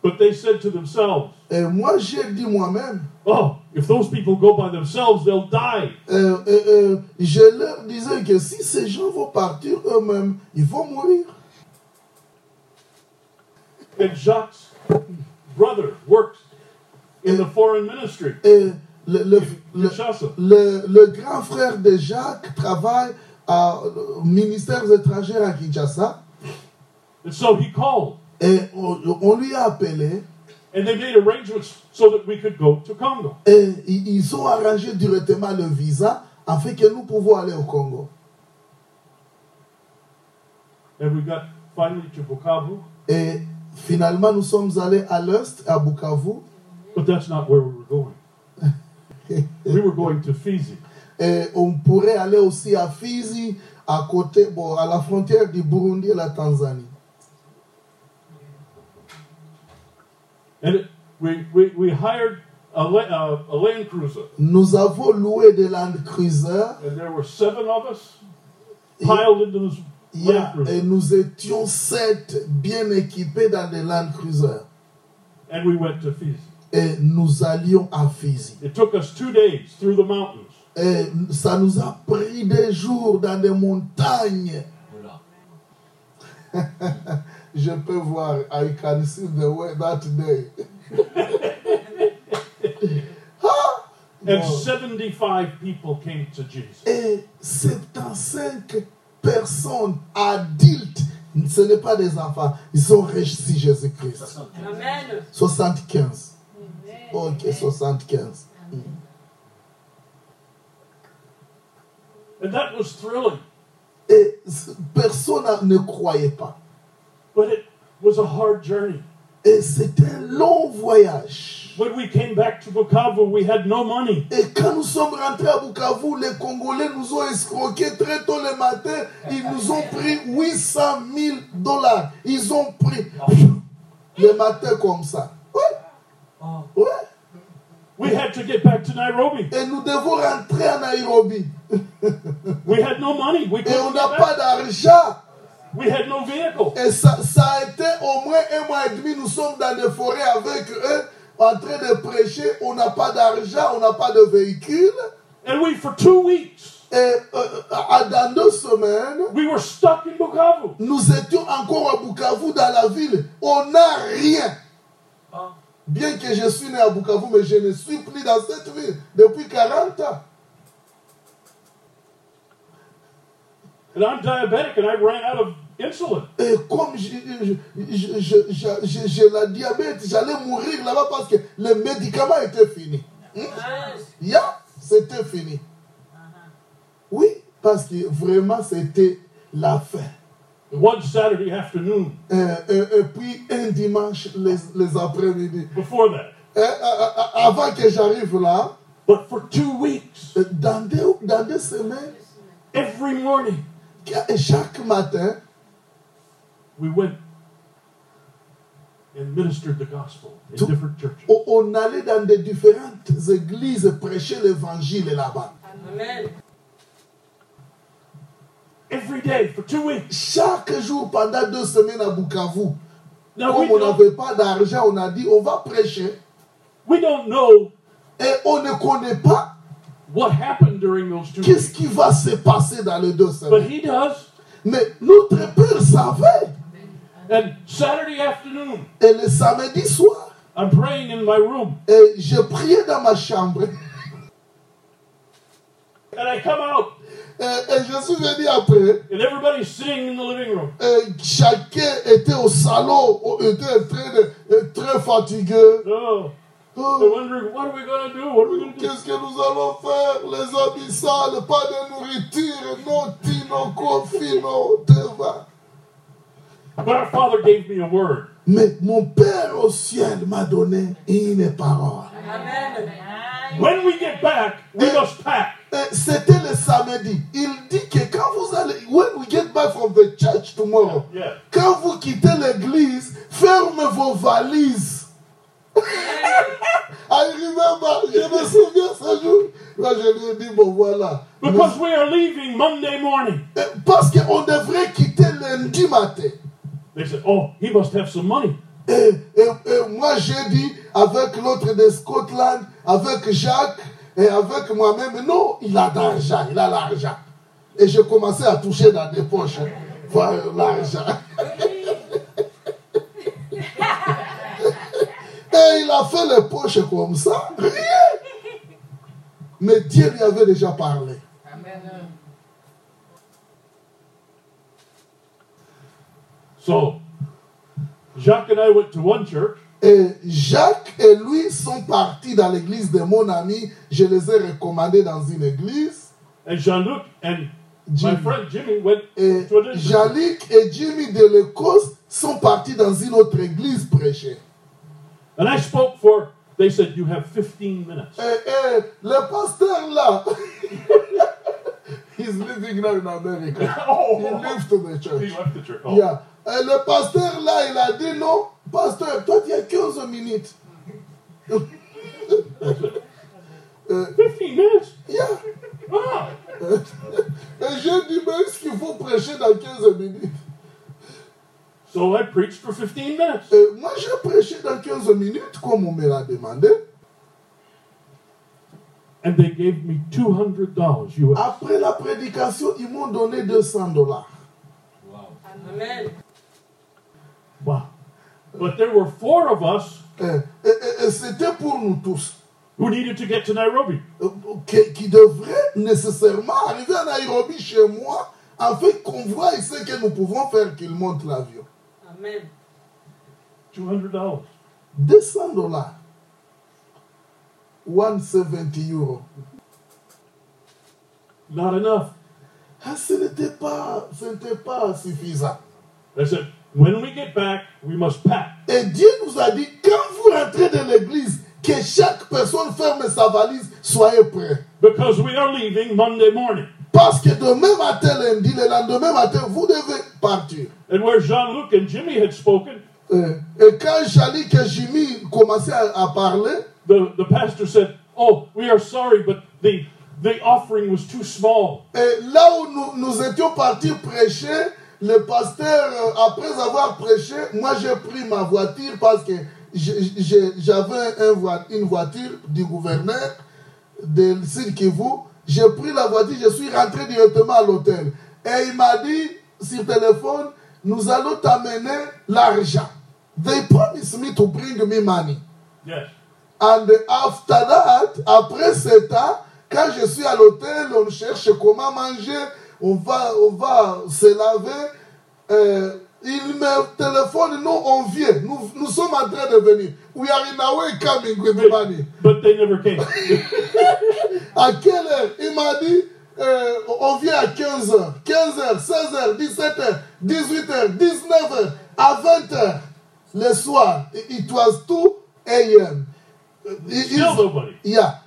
but they said to themselves, Et moi, j'ai dit moi-même, Oh, if those people go by themselves, they'll die. euh, euh, euh, je leur disais que si ces gens vont partir eux-mêmes, ils vont mourir. And Jacques' brother works in the foreign ministry. Et le, le, le- Kinshasa. le- le grand frère de Jacques travaille à- au ministère des étrangers à Kinshasa. And so he called, Et on, on lui a appelé. and they made arrangements so that we could go to Congo. Et ils ils ont arrangé directement le visa afin que nous pouvons aller au Congo. And we got finally to Bukavu, Et finalement, nous sommes allés à l'Est, à Bukavu. but that's not where we were going. We were going to Fizi. Et on pourrait aller aussi à Fizi, à côté, bon, à la frontière du Burundi et la Tanzanie. And it, we, we, we hired a, la- uh, a Land Cruiser, Nous avons loué des Land Cruiser. and there were seven of us piled into this Il y a- Land Cruiser. et nous étions sept bien équipés dans des Land Cruiser. And we went to Fizi. Et nous allions à Fizi. It took us two days through the mountains. Et ça nous a pris des jours dans des montagnes. Je peux voir, I can see the way that day. And Wow. 75 people came to Jesus. Et 75 personnes adultes, ce n'est pas des enfants, ils ont réussi Jésus-Christ. Amen. 75. Ok, 75. And that was thrilling, Et c- personne ne croyait pas. but it was a hard journey. Et c'était un long voyage. When we came back to Bukavu, we had no money. Et quand nous sommes rentrés à Bukavu, les Congolais nous ont escroqués très tôt le matin. Ils nous ont pris 800 000 dollars. Ils ont pris le matin comme ça. Ouais. Ouais. We had to get back to Nairobi. Et nous devons rentrer à Nairobi. We had no money. We, Et couldn't on get n'a back. pas d'argent. we had no vehicle. Et ça, ça a été au moins un mois et demi. Nous sommes dans des forêts avec eux, en train de prêcher. On n'a pas d'argent, on n'a pas de véhicule. And we, for two weeks, Et euh, euh, à- dans deux semaines, we were stuck in Bukavu. nous étions encore à Bukavu, dans la ville. On n'a rien. Bien que je suis né à Bukavu, mais je ne suis plus dans cette ville depuis 40 ans. And I'm diabetic and I ran out of insulin. Et comme je, je- je- je- je- je- j'ai la diabète, j'allais mourir là-bas parce que les médicaments étaient finis. Amen. Yeah, Hmm? c'était fini. Oui, parce que vraiment c'était la fin. One Saturday afternoon Euh, euh, et puis un dimanche, les, les après-midi. before that. Euh, euh, euh, avant que j'arrive là, But for two weeks, euh, dans des, dans des semaines, every morning, qu- chaque matin, we went and ministered the gospel in To- Oh. different churches. on, on allait dans des différentes églises prêcher l'évangile là-bas. Amen. Every day for two weeks. Chaque jour pendant deux semaines à Bukavu, Now we comme on don't, n'avait pas d'argent, on a dit on va prêcher we don't know et on ne connaît pas what happened during those two Qu'est-ce weeks, qui va se passer dans les deux but semaines he does. Mais notre Père savait. And Saturday afternoon, Et le samedi soir, I'm praying in my room, et je priais dans ma chambre. and I come out, Et, et Jésus venu après. And everybody's sitting in the living room. Et chacun était au salon, au- était très, de- très fatigué. Oh, they're Oh, wondering, what are we going to do? What are we going to do? Qu'est-ce que nous allons faire Les habits sales, pas de nourriture, non, tino, confino, deva. But our Father gave me a word. Mais mon Père au ciel m'a donné une parole. When we get back, we must pack. Et C'était le samedi. Il dit que quand vous allez, when we get back from the church tomorrow, Yeah. quand vous quittez l'église, fermez vos valises. I remember, je me souviens ce jour, là je lui ai dit, bon voilà. Because we are leaving Monday morning. Euh, Parce qu'on devrait quitter lundi matin. They said, oh, he must have some money. Et, et- et moi j'ai dit, avec l'autre de Scotland, avec Jacques et avec moi-même, non, il a de l'argent, il a l'argent. Et j'ai commencé à toucher dans des poches. Voilà l'argent. Et il a fait les poches comme ça, rien. Mais Dieu lui avait déjà parlé. So, Jacques and I went to one church, Et Jacques et lui sont partis dans l'église de mon ami. Je les ai recommandés dans une église. and Jean-Luc and my Jimmy. friend Jimmy went Et to another church. Jalik et Jimmy de l'Écosse sont partis dans une autre église prêcher. And I spoke for, they said, you have 15 minutes. Et, et Eh, le pasteur là, he's living now in America. He Oh, lives to the he church. left the church. Oh. Yeah. Et le pasteur là, il a dit non, pasteur, toi tu as 15 minutes. Euh, 15 minutes? yeah. Ah. Et j'ai dit, mais est-ce qu'il faut prêcher dans 15 minutes So I preached for 15 minutes. Et Eh, Moi, j'ai prêché dans 15 minutes, comme on me l'a demandé. And they gave me $200 US. Après la prédication, ils m'ont donné 200 dollars. Wow. But there were four of us Et, Euh, et- et- et c'était pour nous tous, who needed to get to Nairobi. euh, qui, qui devraient nécessairement arriver à Nairobi chez moi, afin qu'on voie ce que nous pouvons faire qu'ils montent l'avion. Amen. $200. 200 dollars. 170 euros. Not enough. Ah, ce n'était pas, ce n'était pas suffisant. I said, when we get back, we must pack. Et Dieu nous a dit, quand vous rentrez de l'église, que chaque personne ferme sa valise, soyez prêts. Because we are leaving Monday morning. Parce que demain matin, lundi, le lendemain matin, vous devez partir. And where Jean Luc and Jimmy had spoken, Euh, Et quand Jalik et Jimmy commençaient à, à parler, the, the pastor said, Oh, we are sorry, but the, the offering was too small. et là où nous, nous étions partis prêcher, le pasteur, euh, après avoir prêché, moi j'ai pris ma voiture parce que j'ai- j'ai- j'avais un voi- une voiture du gouverneur de Sud-Kivu. J'ai pris la voiture, je suis rentré directement à l'hôtel. Et il m'a dit sur téléphone, nous allons t'amener l'argent. They promised me to bring me money. Yes. And after that, après cet temps, quand je suis à l'hôtel, on cherche comment manger, on va, on va se laver. Euh, il me téléphone, nous on vient, nous, nous sommes en train de venir. We are in our way coming with the money. But they never came. À quelle heure Il m'a dit, euh, on vient à 15h, 15h, 16h, 17h, 18h, 19h, à 20h, le soir. It was 2 a.m. Ils- Still nobody. il y a-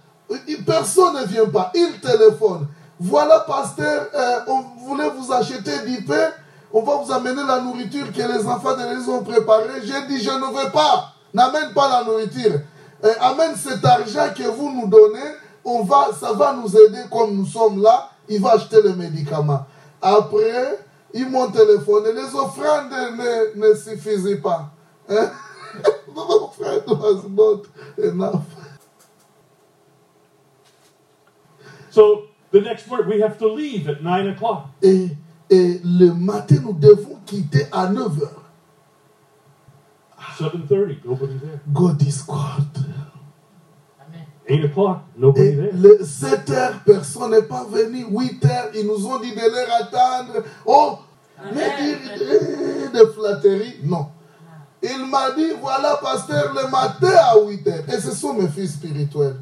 il- Personne ne vient pas. Il téléphone. Voilà, pasteur, euh, on voulait vous acheter du pain. On va vous amener la nourriture que les enfants de l'église ont préparée. J'ai dit, je ne veux pas. N'amène pas la nourriture. Euh, amène cet argent que vous nous donnez. On va, ça va nous aider comme nous sommes là. Il va acheter les médicaments. Après, ils m'ont téléphoné. Les offrandes ne, ne suffisaient pas. Hein? The offrande was not enough. So the next morning, we have to leave at 9 o'clock. Et, et le matin, nous devons quitter à 9h. 7.30, nobody there. God is God. Amen. 8 o'clock, nobody Et there. le 7 heures, personne n'est pas venu. 8 heures, ils nous ont dit de les attendre. Oh, mais dire eh, de flatterie, non. Il m'a dit, voilà, pasteur, le matin à 8 heures. Et ce sont mes fils spirituels.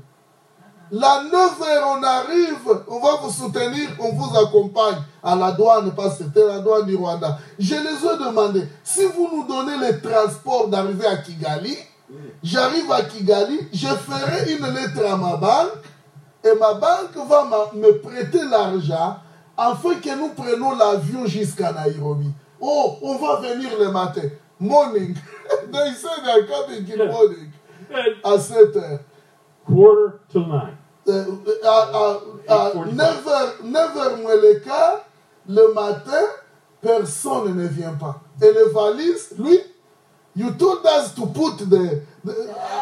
La 9 heures, on arrive, on va vous soutenir, on vous accompagne à la douane, parce que c'était la douane du Rwanda. Je les ai demandé, si vous nous donnez le transport d'arriver à Kigali, j'arrive à Kigali, je ferai une lettre à ma banque, et ma banque va ma- me prêter l'argent afin que nous prenions l'avion jusqu'à Nairobi. Oh, on va venir le matin. Morning. They said I come in the morning. At À 7 heures. quarter to nine. Euh, à, à, à 9 heures, 9 heures moins le quart, le matin, personne ne vient pas. Et les valises, lui, you told us to put the, the-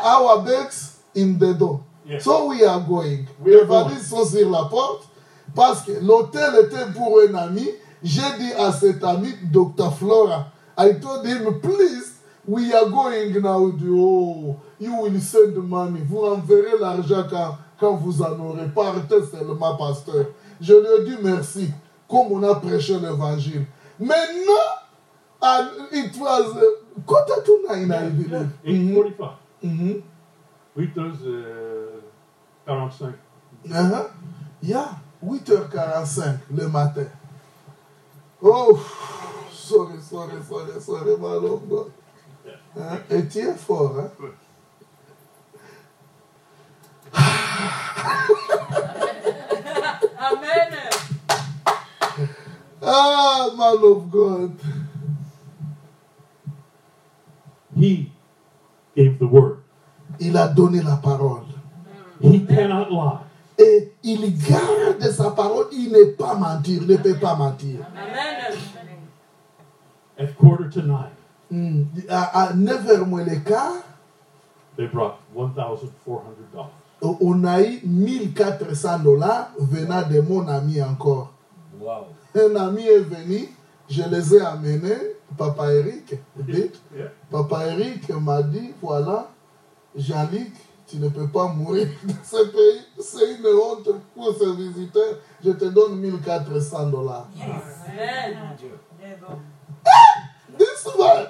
our bags in the door. Yes. So we are going. We les are going. valises sont sur la porte parce que l'hôtel était pour un ami. J'ai dit à cet ami, Dr. Flora, I told him, please, we are going now. Il dit, oh, you will send money. Vous enverrez l'argent quand, quand vous en aurez. Partez seulement, pasteur. Je lui ai dit merci, comme on a prêché l'évangile. Maintenant, and it was uh, quarter to nine, I believe. Eight Mhm, forty-five. mhm, Huit heures, euh, 45. uh-huh. Yeah, 8h45 le matin. Oh, sorry, sorry, sorry, sorry, my Lord God. Hein? Et tu es fort, hein? Amen. Ah, man of God. He gave the word. Il a donné la parole. He cannot lie. Et il garde sa parole. Il n'est pas mentir. Il ne peut pas mentir. Amen. At quarter to nine, Hmm. À, à 9h moins le quart, they brought $1,400. on a eu 1400 dollars venant de mon ami encore. Wow. Un ami est venu, je les ai amenés, Papa Eric. dit, Yeah. Papa Eric m'a dit, voilà, Jean-Luc, tu ne peux pas mourir dans ce pays. C'est une honte pour ce visiteur. Je te donne 1400 dollars. Amen. This man,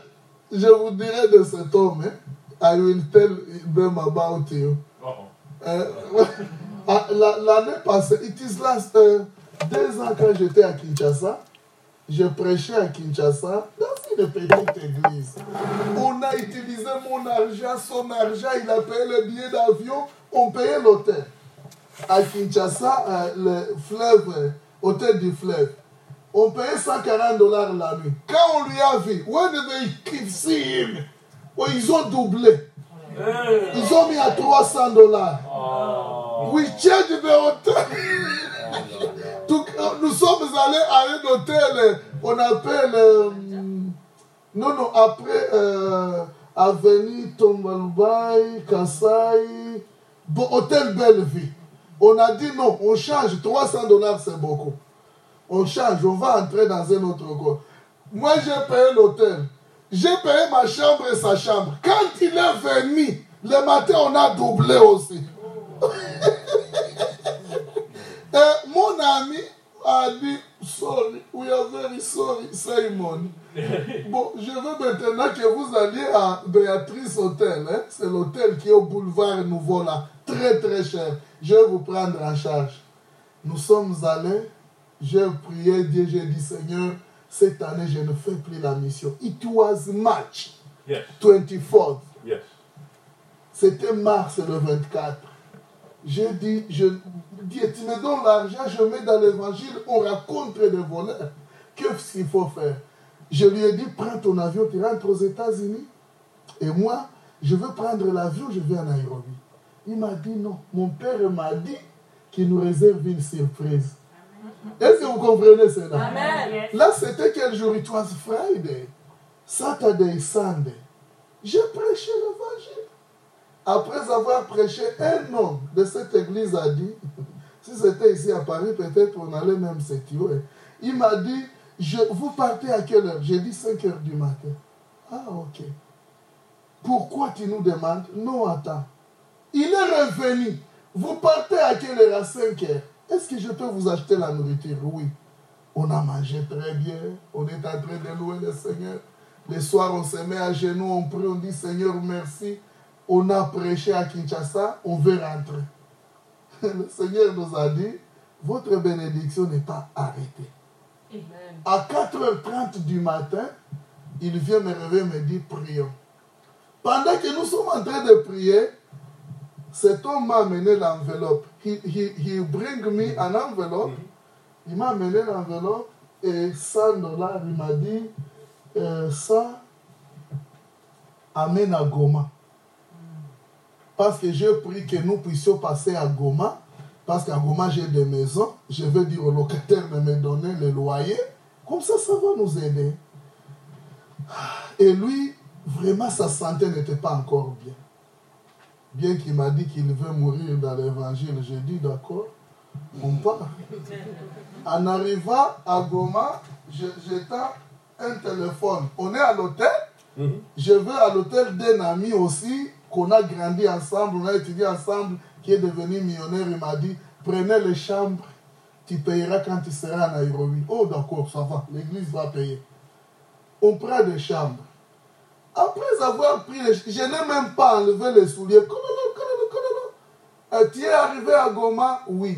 Eh, je vous dirai de cet homme, hein. I will tell them about you. Uh-oh. Euh, ah, la- L'année passée, it is last euh, deux ans quand j'étais à Kinshasa, je prêchais à Kinshasa dans une petite église. On a utilisé mon argent, son argent, il a payé le billet d'avion, on payait l'hôtel. À Kinshasa, euh, le fleuve, euh, hôtel du fleuve, on payait 140 dollars la nuit. Quand on lui a vu, when did they see him? Oh, ils ont doublé. Ils ont mis à 300 dollars. We changed the hotel. Tout- euh, nous sommes allés à un hôtel, euh, on appelle. euh, non, non, après euh, Avenue Tombalbaï, Kassai, Bo- Hôtel Bellevue. On a dit non, on change, 300 dollars c'est beaucoup. On change, on va entrer dans un autre coin. Moi, j'ai payé l'hôtel. J'ai payé ma chambre et sa chambre. Quand il est venu, le matin, on a doublé aussi. Et Eh, mon ami a dit, sorry, we are very sorry, Simon. Bon, je veux maintenant que vous alliez à Béatrice Hôtel. hein. C'est l'hôtel qui est au boulevard Nouveau là. Très, très cher. Je vais vous prendre en charge. Nous sommes allés, j'ai prié Dieu, j'ai dit Seigneur, cette année je ne fais plus la mission. It was March Yes. 24th, Yes. c'était mars le 24. J'ai dit, je, Dieu, tu me donnes l'argent, je mets dans l'évangile, on raconte les voleurs. Qu'est-ce qu'il faut faire Je lui ai dit, prends ton avion, tu rentres aux États-Unis. Et moi, je veux prendre l'avion, je vais à Nairobi. Il m'a dit non. Mon père m'a dit qu'il nous réserve une surprise. Est-ce que vous comprenez cela Amen. Là, c'était quel jour It was Friday, Saturday, Sunday. J'ai prêché l'évangile. Après avoir prêché, un homme de cette église a dit, si c'était ici à Paris, peut-être on allait même se tuer. Il m'a dit, je, vous partez à quelle heure J'ai dit 5 heures du matin. Ah, ok. Pourquoi tu nous demandes Non, attends. Il est revenu. Vous partez à quelle heure À 5 heures. Est-ce que je peux vous acheter la nourriture Oui. On a mangé très bien. On est en train de louer le Seigneur. Le soir, on se met à genoux, on prie, on dit Seigneur, merci. On a prêché à Kinshasa, on veut rentrer. Le Seigneur nous a dit, votre bénédiction n'est pas arrêtée. À 4h30 du matin, il vient me réveiller et me dit, prions. Pendant que nous sommes en train de prier, cet homme m'a amené l'enveloppe. He, he, he bring me an envelope. Il m'a amené l'enveloppe et 100 dollars. Il m'a dit, euh, ça, amène à Goma. Parce que j'ai pris que nous puissions passer à Goma. Parce qu'à Goma, j'ai des maisons. Je veux dire au locataire de me donner le loyer. Comme ça, ça va nous aider. Et lui, vraiment, sa santé n'était pas encore bien. Bien qu'il m'a dit qu'il veut mourir dans l'évangile, j'ai dit d'accord, on part. En arrivant à Goma, je- j'étends un téléphone. On est à l'hôtel. Mhm. Je vais à l'hôtel d'un ami aussi, qu'on a grandi ensemble, on a étudié ensemble, qui est devenu millionnaire. Il m'a dit prenez les chambres, tu payeras quand tu seras à Nairobi. Oh, d'accord, ça va, l'église va payer. On prend des chambres. Après avoir pris les je n'ai même pas enlevé les souliers. Kololo, kololo, kololo. Euh, tu es arrivé à Goma Oui.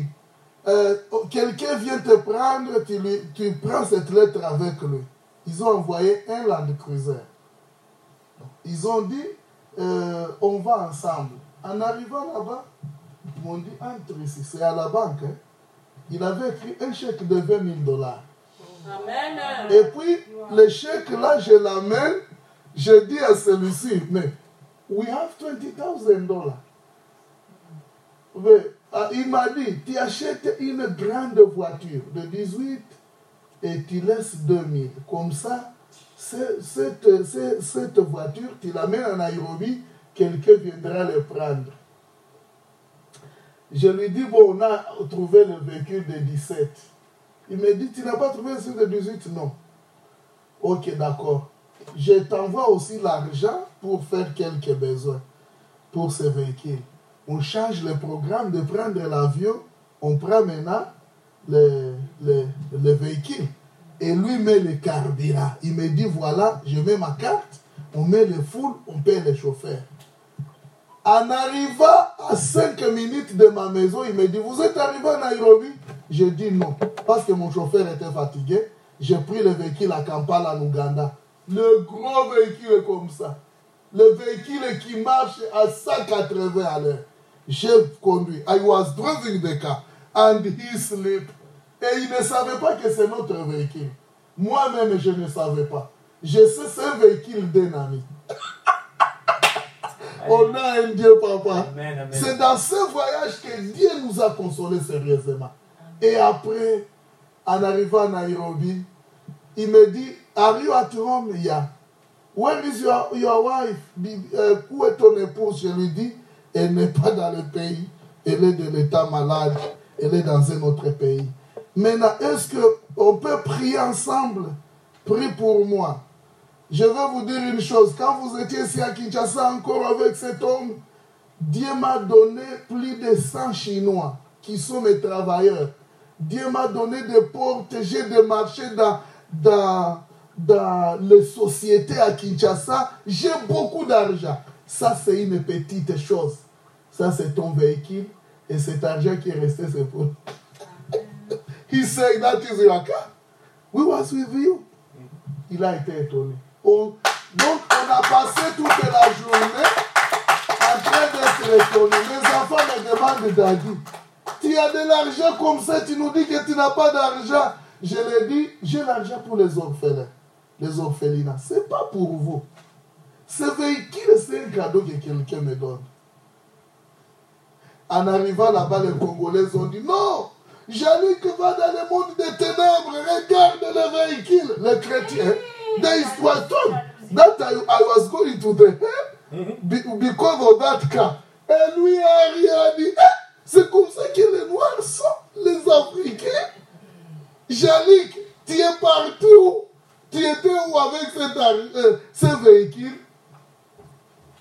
Euh, oh, Quelqu'un vient te prendre, tu, lui- tu prends cette lettre avec lui. Ils ont envoyé un Land Cruiser. Ils ont dit, euh, on va ensemble. En arrivant là-bas, ils m'ont dit, entre ici, c'est à la banque. hein. Il avait écrit un chèque de 20 000 dollars. Amen. Et puis, le chèque là, je l'amène, je dis à celui-ci, mais we have 20,000 dollars. Mais, ah, Il m'a dit, tu achètes une grande voiture de 18 et tu laisses 2000. Comme ça, ce- cette, ce- cette voiture, tu l'amènes à Nairobi, quelqu'un viendra le prendre. Je lui dis, bon, on a trouvé le véhicule de 17. Il me dit, tu n'as pas trouvé celui de 18 Non. Ok, d'accord. Je t'envoie aussi l'argent pour faire quelques besoins pour ce véhicule. On change le programme de prendre l'avion. On prend maintenant le, le, le véhicule. Et lui met le carburant. Il me dit, voilà, je mets ma carte. On met le full, on paye le chauffeur. En arrivant à 5 minutes de ma maison, il me dit Vous êtes arrivé à Nairobi Je dis non, parce que mon chauffeur était fatigué. J'ai pris le véhicule à Kampala, en Ouganda. Le gros véhicule est comme ça. Le véhicule qui marche à 180 à l'heure. J'ai conduit. I was driving the car and he sleep. Et il ne savait pas que c'est notre véhicule. Moi-même, je ne savais pas. Je sais c'est un véhicule d'un ami. On a un Dieu, papa. Amen, amen. C'est dans ce voyage que Dieu nous a consolés sérieusement. Et après, en arrivant à Nairobi, il me dit, Are you at home? Yeah. Where is your, your wife? Bi- euh, où est ton épouse? Je lui dis, elle n'est pas dans le pays. Elle est de l'état malade. Elle est dans un autre pays. Maintenant, est-ce qu'on peut prier ensemble? Prie pour moi. Je vais vous dire une chose. Quand vous étiez ici à Kinshasa encore avec cet homme, Dieu m'a donné plus de 100 Chinois qui sont mes travailleurs. Dieu m'a donné des portes. J'ai des marchés dans, dans, dans les sociétés à Kinshasa. J'ai beaucoup d'argent. Ça, c'est une petite chose. Ça, c'est ton véhicule. Et cet argent qui est resté, c'est pour. He said, that is your car. We was with you il a été étonné. On- donc, on a passé toute la journée en train d'être étonné. Les enfants me demandent Daddy, tu as de l'argent comme ça, tu nous dis que tu n'as pas d'argent. Je leur dis, j'ai l'argent pour les orphelins, les orphelinats. Ce n'est pas pour vous. Ce véhicule, c'est un cadeau que quelqu'un me donne. En arrivant là-bas, les Congolais ont dit non, Jalik va dans le monde des ténèbres, regarde le véhicule. Les chrétiens, they were told that I, I was going to the hell be- because of that car. Et lui a rien dit. Eh, C'est comme ça que les Noirs sont, les Africains. Jalik, tu es partout. Tu étais où avec cet ar- euh, ce véhicule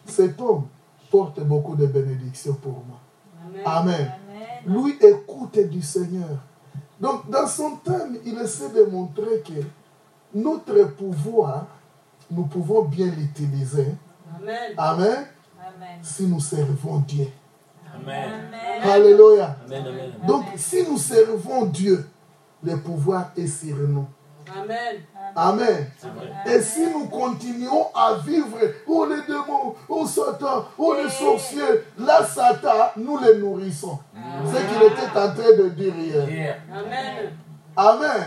Cet homme porte beaucoup de bénédictions pour moi. Amen. Amen. Lui écoute du Seigneur. Donc, dans son thème, il essaie de montrer que notre pouvoir, nous pouvons bien l'utiliser. Amen. Amen. Amen. Si nous servons Dieu. Amen. Alléluia. Amen. Amen. Donc, si nous servons Dieu, le pouvoir est sur nous. Amen. Amen. Amen. Et si nous continuons à vivre, oh les démons, oh Satan, oh les sorciers, là Satan, nous les nourrissons. C'est qu'il était en train de dire hier. Yeah. Amen. Amen.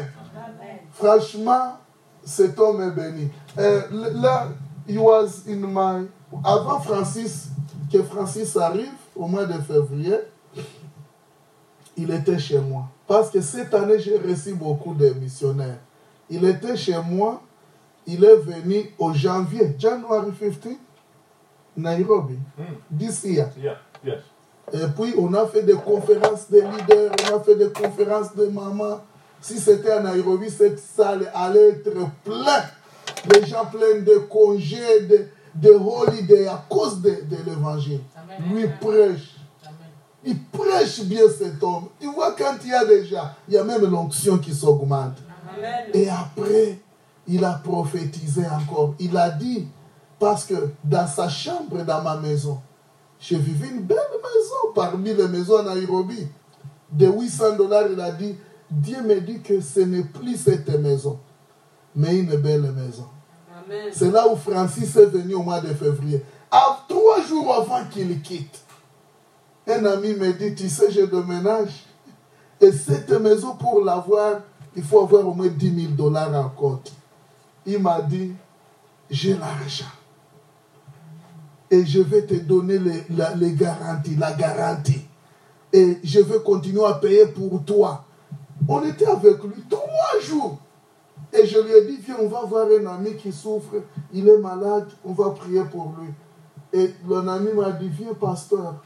Franchement, cet homme est béni. Euh, l- là, he was in my. Avant Francis, que Francis arrive, au mois de février, il était chez moi. Parce que cette année, j'ai reçu beaucoup de missionnaires. Il était chez moi, il est venu au janvier, January 15, Nairobi, this year. Yeah, yes. Et puis, on a fait des conférences des leaders, on a fait des conférences de mamans. Si c'était à Nairobi, cette salle allait être pleine. Les gens pleins de congés, de, de holidays à cause de, de l'évangile. Lui prêche. Il prêche bien cet homme. Tu vois, quand il y a des gens, il y a même l'onction qui s'augmente. Amen. Et après, il a prophétisé encore. Il a dit, parce que dans sa chambre, dans ma maison, j'ai vécu une belle maison parmi les maisons à Nairobi. De 800 dollars, il a dit, Dieu me dit que ce n'est plus cette maison, mais une belle maison. Amen. C'est là où Francis est venu au mois de février. À trois jours avant qu'il quitte, un ami me dit, tu sais, je déménage. Et cette maison, pour l'avoir, il faut avoir au moins 10 000 dollars en compte. Il m'a dit, j'ai l'argent. Et je vais te donner les, la- les garanties, la garantie. Et je vais continuer à payer pour toi. On était avec lui trois jours. Et je lui ai dit, viens, on va voir un ami qui souffre, il est malade, on va prier pour lui. Et mon ami m'a dit, viens, pasteur,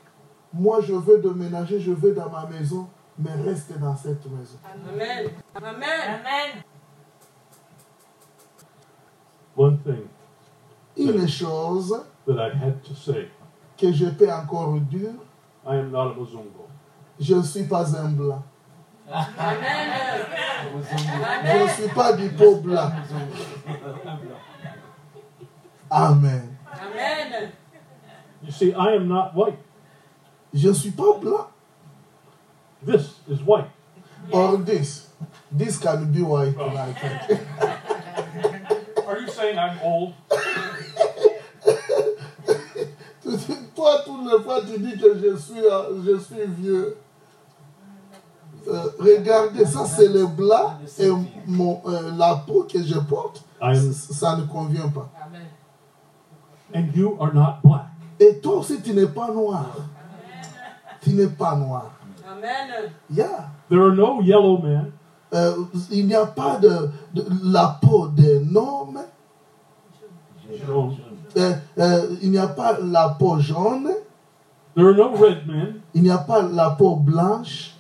moi je veux déménager, je vais dans ma maison, mais reste dans cette maison. Amen. Amen. Amen. One thing Une chose that I had to say que je peux encore dire, I am not a Muzungo. je ne suis pas un blanc. Amen. Je ne suis pas du peau blanc. Amen. Amen. You see, I am not white. Je ne suis pas blanc. This is white. Or this. This can be white. like- Are you saying I'm old? Tu dis, Toi, toutes les fois, tu dis que je suis, euh, je suis vieux. Euh, regardez, ça, c'est le blanc et mon, euh, la peau que je porte. I am, Ça ne convient pas. and you are not black. Et toi aussi, tu n'es pas noir. Tu n'es pas noir. Amen. Yeah. There are no yellow men. Euh, il n'y a pas de, de- la peau d'un homme. No. Euh, euh, il n'y a pas la peau jaune. There are no red men. Il n'y a pas la peau blanche.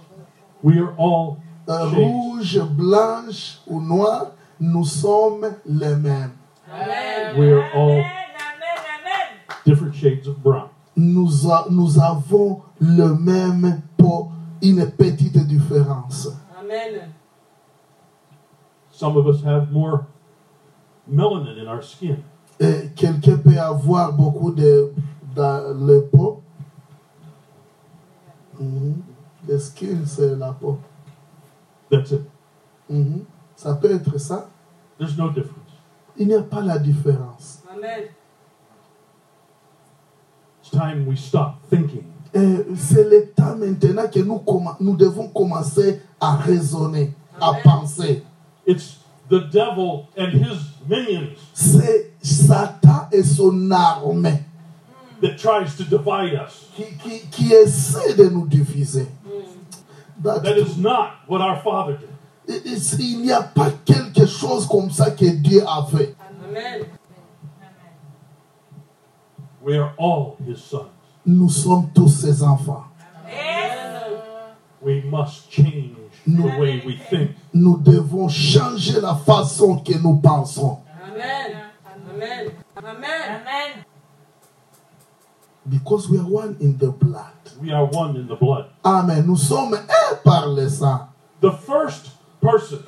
We are all Euh, Shades. rouge, blanche ou noire, nous sommes les mêmes. Amen. we are all Amen. Amen. different shades of brown. Nous, a- nous avons le même pot, une petite différence. Amen. Some of us have more melanin in our skin. Et Quelqu'un peut avoir beaucoup de dans le pot. Mhm. Le skin, c'est la peau. That's it. Mhm. Ça peut être ça. There's no difference. Il n'y a pas la différence. Amen. It's time we stop thinking. Et C'est le temps maintenant que nous, commen- nous devons commencer à raisonner, à penser. It's the devil and his minions C'est Satan et son armée that tries to divide us. qui, qui, qui essaie de nous diviser. That's That is not what our Father did. Et- et s- Il n'y a pas quelque chose comme ça que Dieu a fait. Amen. We are all his sons. Nous sommes tous ses enfants. We must change the way we think. Nous devons changer la façon que nous pensons. Amen. Amen. Amen. Amen. Because we are one in the blood. Christ. We are one in the blood. Amen. Nous sommes un par le sang. The first person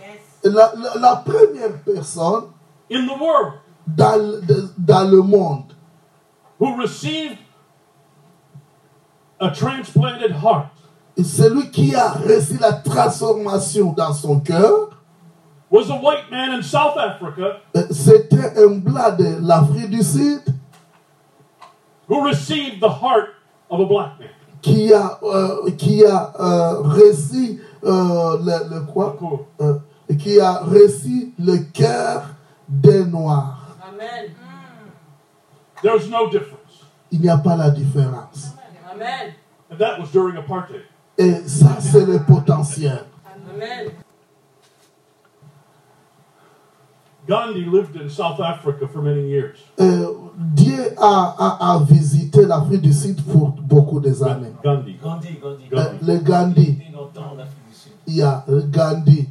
La, la- la première personne in the world dans, le- de- dans le monde who received a transplanted heart Et celui qui a reçu la transformation dans son cœur, was a white man in South Africa euh, c'était un blanc de l'Afrique du Sud who received the heart of a black man. qui a, euh, qui a euh, reçu euh, le, le quoi Cool. Euh, qui a reçu le cœur des Noirs. Amen. There's no difference. Il n'y a pas la différence. Amen. And that was during apartheid. Et ça, c'est le potentiel. Amen. Gandhi lived in South Africa for many years. Euh, Dieu a, a, a visité l'Afrique du Sud pour beaucoup des années. Gandhi. Gandhi, Gandhi, Euh, Gandhi. le Gandhi, Il est longtemps en Afrique du Sud. il y a Gandhi.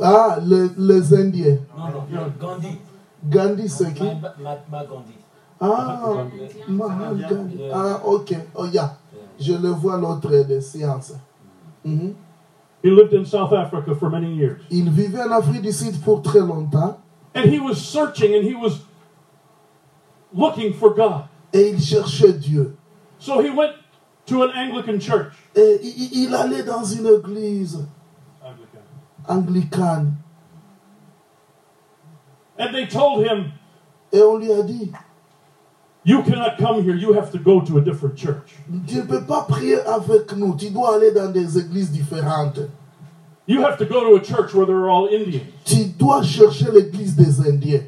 Ah, les, les Indiens. Non, non, non, Gandhi. Gandhi, c'est qui Mahatma Mahatma Gandhi. Ah, Mahatma Gandhi. Ah, ok. Oh, yeah. Je le vois l'autre de science. Mhm. He lived in South Africa for many years. Il vivait en Afrique du Sud pour très longtemps And he was searching and he was looking for God. et il cherchait Dieu. So he went to an Anglican church. Et il- il il allait dans une église anglicane And they told him, et on lui a dit, You cannot come here. You have to go to a different church. tu ne peux pas prier avec nous, tu dois aller dans des églises différentes. You have to go to a church where they're all Indians. Tu dois chercher l'église des Indiens.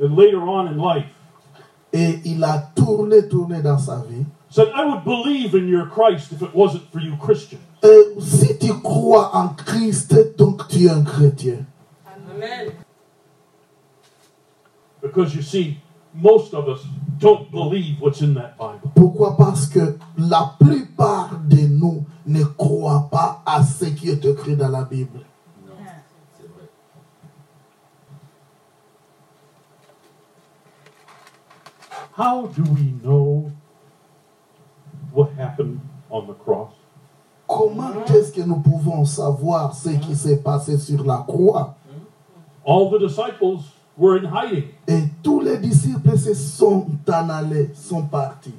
And later on in life, Et il a tourné, tourné dans sa vie. said, I would believe in your Christ if it wasn't for you Christians. Et si tu crois en Christ, donc tu es un chrétien. Amen. Because you see, most of us don't believe what's in that Bible. Pourquoi Parce que la plupart de nous ne croient pas à ce qui est écrit dans la Bible. C'est vrai. How do we know what happened on the cross? Comment est-ce que nous pouvons savoir ce qui s'est passé sur la croix All the disciples were in hiding. Et tous les disciples se sont en allés, sont partis.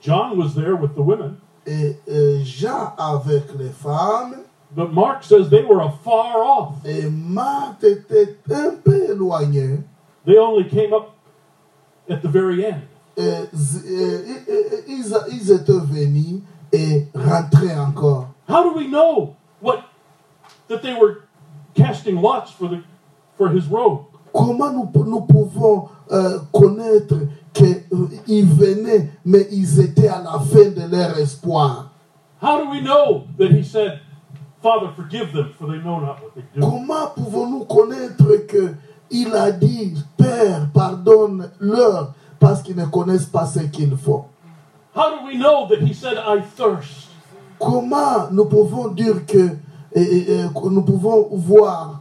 John was there with the women, Et euh, Jean avec les femmes, but Mark says they were afar off. et Marthe était un peu éloignée. They only came up at the very end. Et z- et- et- et- ils, ils étaient venus et rentraient encore. How do we know what that they were casting lots for the for his robe? Comment nous, nous pouvons euh, connaître qu'ils venaient, mais ils étaient à la fin de leur espoir How do we know that he said, Father, forgive them, for they know not what they do? Comment pouvons-nous connaître que il a dit, Père, pardonne-leur, parce qu'ils ne connaissent pas ce qu'ils font How do we know that he said, I thirst? Comment nous pouvons dire que, et- et- et que nous pouvons voir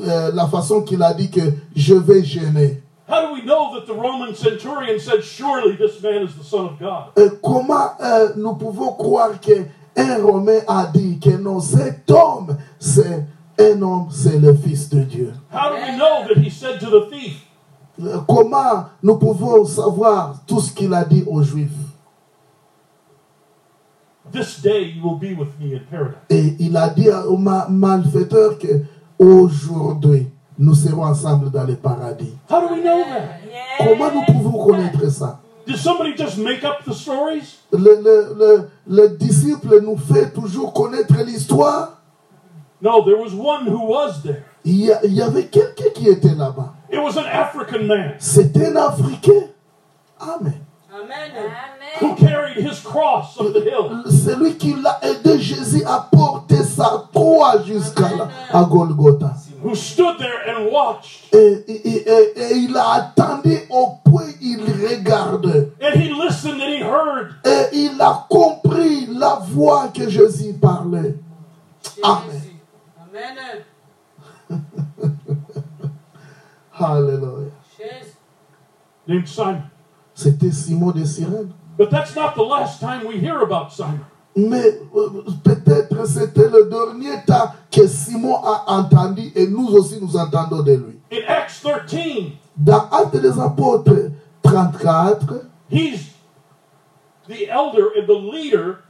euh, la façon qu'il a dit que je vais gêner How do we know that the Roman centurion said, Surely this man is the Son of God? Euh, comment euh, nous pouvons croire que un Romain a dit que non, cet homme, c'est un homme, c'est le Fils de Dieu. How do we know that he said to the thief, Euh, Comment nous pouvons savoir tout ce qu'il a dit aux Juifs This day you will be with me in paradise? Et il a dit aux ma- malfaiteurs que aujourd'hui, nous serons ensemble dans le paradis. How do we know that? Comment nous pouvons connaître ça Did somebody just make up the stories? le, le, le, le disciple nous fait toujours connaître l'histoire. No, there was one who was there. Il y, a- il y avait quelqu'un qui était là-bas. It was an African man C'était un Africain. Amen. Amen. who carried his cross up the hill. Celui qui l'a aidé, Jésus, à porter sa croix jusqu'à là, à Golgotha. who stood there and watched. Et, et- et- et- et il a attendu au point il regarde. And he listened and he heard. Et il a compris la voix que Jésus parlait. Amen. Amen. Alléluia. Jésus. Named Simon. C'était Simon de Sirène. But that's not the last time we hear about Simon. Mais euh, peut-être c'était le dernier temps que Simon a entendu et nous aussi nous entendons de lui. In Acts 13, Dans Actes des Apôtres 34, he's the elder and the leader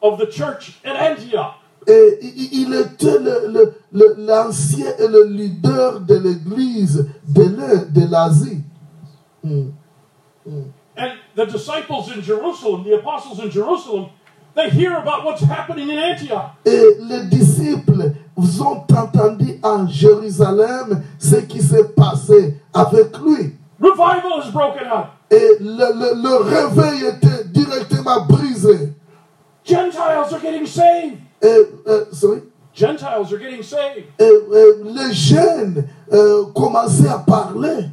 of the church at Antioch. et i- il était le- le- le- l'ancien et le leader de l'église de l'E- de l'Asie. Hmm. And the disciples in Jerusalem, the apostles in Jerusalem, they hear about what's happening in Antioch. Et les disciples ont entendu en Jérusalem ce qui s'est passé avec lui. Revival has broken out. Et le, le- le réveil était directement brisé. Gentiles are getting saved. Et, euh, sorry. Gentiles are getting saved. Et, euh, les jeunes euh, commençaient à parler.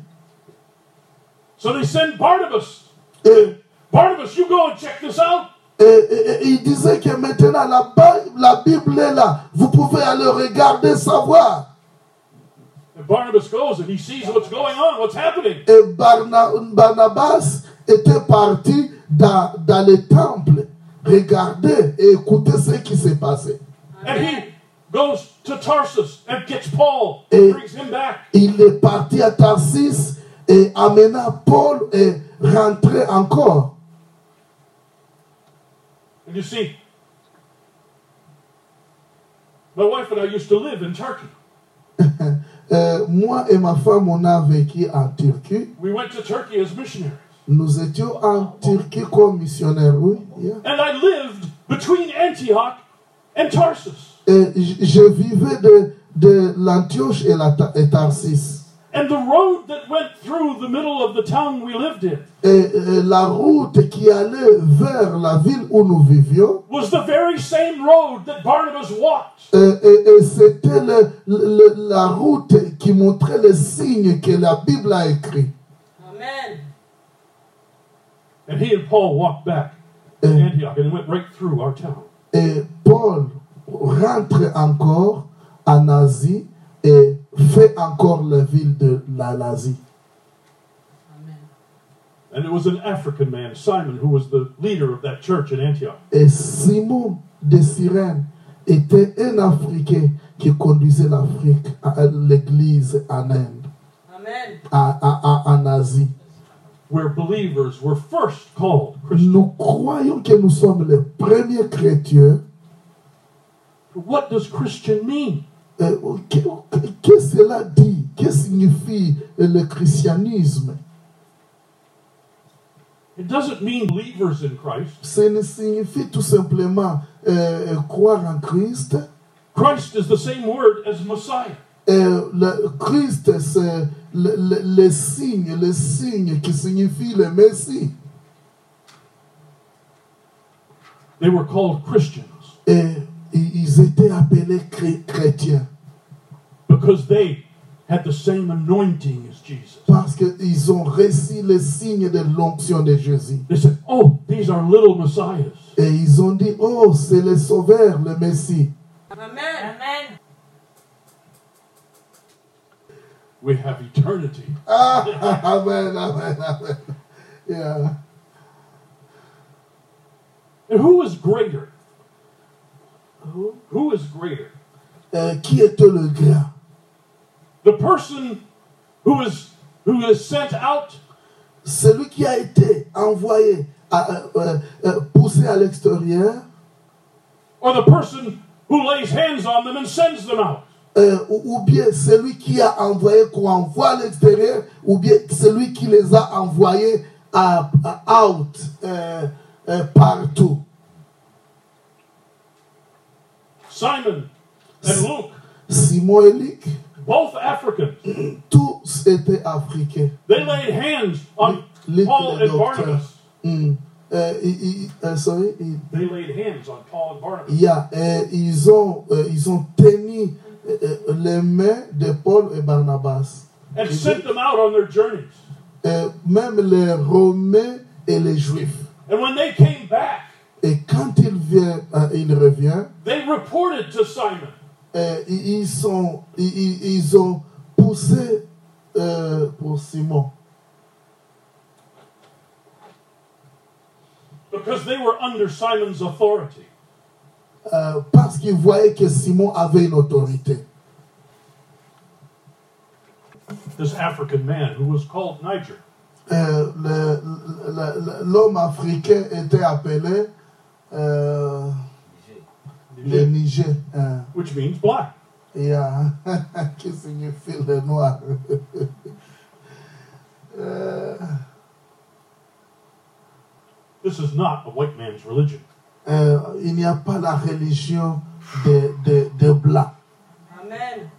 So they send Barnabas. Et, Barnabas, you go and check this out. et- et- et ils disaient que maintenant la, Bi- la Bible est là. Vous pouvez aller regarder, savoir. And Barnabas goes and he sees what's going on, what's happening. Et Barna- Barnabas était parti dans, dans le temple, regarder et écouter ce qui s'est passé. And he goes to Tarsus and gets Paul Eh. and brings him back. Il est parti à Tarsis et amena Paul et rentré encore. And you see, my wife and I used to live in Turkey. Euh, moi et ma femme, on a vécu en Turquie. We went to Turkey as missionaries. Nous étions en Turquie comme missionnaires, oui. yeah. And I lived between Antioch and Tarsus. Et j- je vivais de, de l'Antioche et, la, Ta- et Tarsis. And the road that went through the middle of the town we lived in Et, euh, la route qui allait vers la ville où nous vivions, was the very same road that Barnabas walked. euh, et, et c'était le- le- la route qui montrait les signes que la Bible a écrits. Amen. And he and Paul walked back to Eh. Antioch and went right through our town. Et Paul rentre encore en Asie et fait encore la ville de la- l'Asie. Amen. And it was an African man, Simon, who was the leader of that church in Antioch. Et Simon de Cyrène était un Africain qui conduisait l'Afrique à à l'église en Inde, Amen. à- à- à- en Asie. where believers were first called Christians. Nous croyons que nous sommes les premiers chrétiens. What does Christian mean? Euh, que- que- que cela dit Que signifie euh, le christianisme It doesn't mean believers in Christ. Ça ne signifie tout simplement euh, croire en Christ. Christ is the same word as Messiah. Euh, le Christ, c'est le, le- le signe, le signe qui signifie le Messie. They were called Christians Et ils ils étaient appelés chré- chrétiens because they had the same anointing as Jesus. parce qu'ils ont reçu le signe de l'onction de Jésus. They said, Oh, these are little messiahs. Et ils ont dit, oh, c'est le Sauveur, le Messie. Amen. Amen. We have eternity. Ah, amen, amen, amen. Yeah. And who is greater? Who is greater? Euh, qui était le grand The person who is who is sent out Celui qui a été envoyé, à, euh, euh, euh, poussé à l'extérieur, or the person who lays hands on them and sends them out? euh, ou, ou bien celui qui a envoyé, qu'on envoie à l'extérieur, ou bien celui qui les a envoyés à, à- out, euh, euh, partout. Simon and Luke, Simon et Luc, both Africans, tous étaient africains. they laid hands on Little Paul and doctor. Barnabas. Hmm. Euh, ils- ils- euh, sorry, ils- They laid hands on Paul and Barnabas. Yeah, euh, ils, ont, euh, ils ont tenu euh, euh, les mains de Paul et Barnabas. and sent them out on their journeys. Euh, même les Romains et les Juifs. And when they came back, Et quand il, vient, euh, il revient, they reported to Simon. euh, ils, ils sont, ils, ils- ils ont poussé euh, pour Simon. because they were under Simon's authority. euh, parce qu'ils voyaient que Simon avait une autorité. This African man who was called Niger. Euh, le- le- le- L'homme africain était appelé euh, le Niger, hein. Which means black. Et, euh, qui signifie le noir. Euh, This is not a white man's religion. euh, il n'y a pas la religion des des- des blancs. Amen.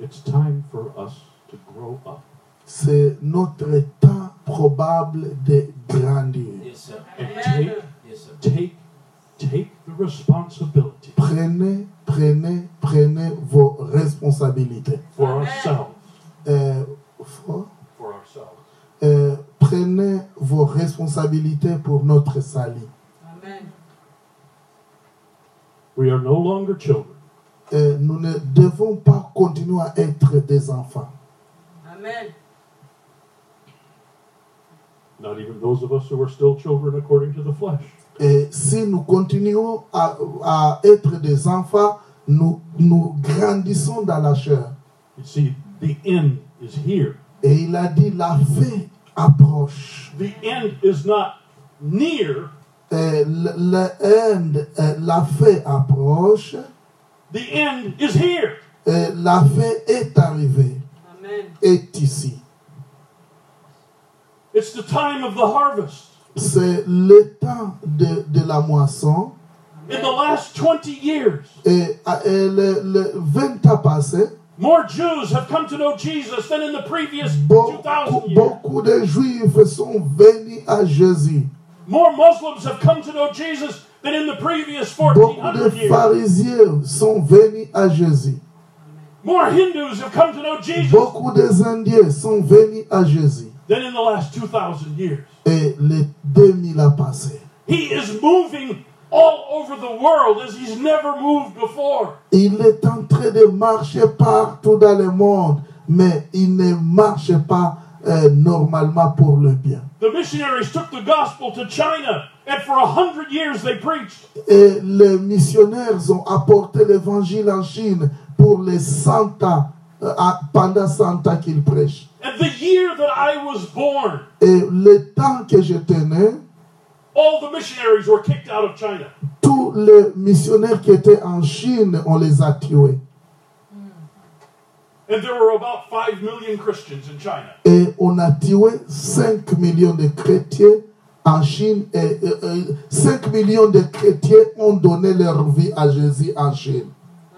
It's time for us to grow up C'est notre temps probable de grandir. Yes, sir. and Amen. take, Yes, sir. take, take the responsibility Prenez, prenez, prenez vos responsabilités. for Amen. ourselves. Euh, faut- For ourselves. euh, prenez vos responsabilités pour notre salut. Amen. We are no longer children. Euh, nous ne devons pas continuer à être des enfants. Amen. Not even those of us who are still children according to the flesh. Et si nous continuons à, à être des enfants, nous, nous grandissons dans la chair. You see, the end is here. Et il a dit, la fin approche. The end is not near, Et le, le end, euh, la fin approche. the end is here. Et la fin est arrivée, Amen. est ici. It's the time of the harvest. C'est le temps de, de la moisson. In the last 20 years, Et, à- et le, le 20 ans passés, more Jews have come to know Jesus than in the previous beaucoup, 2,000 years. beaucoup de Juifs sont venus à Jésus. More Muslims have come to know Jesus than in the previous Beaucoup de 1,400 years. pharisiens sont venus à Jésus. More Hindus have come to know Jesus Beaucoup des Indiens sont venus à Jésus. than in the last 2,000 years. Et les 2000 ans passés. He is moving all over the world as he's never moved before. Il est en train de marcher partout dans le monde, mais il ne marche pas euh, normalement pour le bien. The missionaries took the gospel to China, and for a hundred years they preached. Et les missionnaires ont apporté l'évangile en Chine pour les 100 ans, euh, à- pendant 100 ans qu'ils prêchent. And the year that I was born, Et le temps que je tenais, all the missionaries were kicked out of China. tous les missionnaires qui étaient en Chine, on les a tués. And there were about five million Christians in China. Et on a tué 5 millions de chrétiens en Chine. Et, et- et 5 millions de chrétiens ont donné leur vie à Jésus en Chine.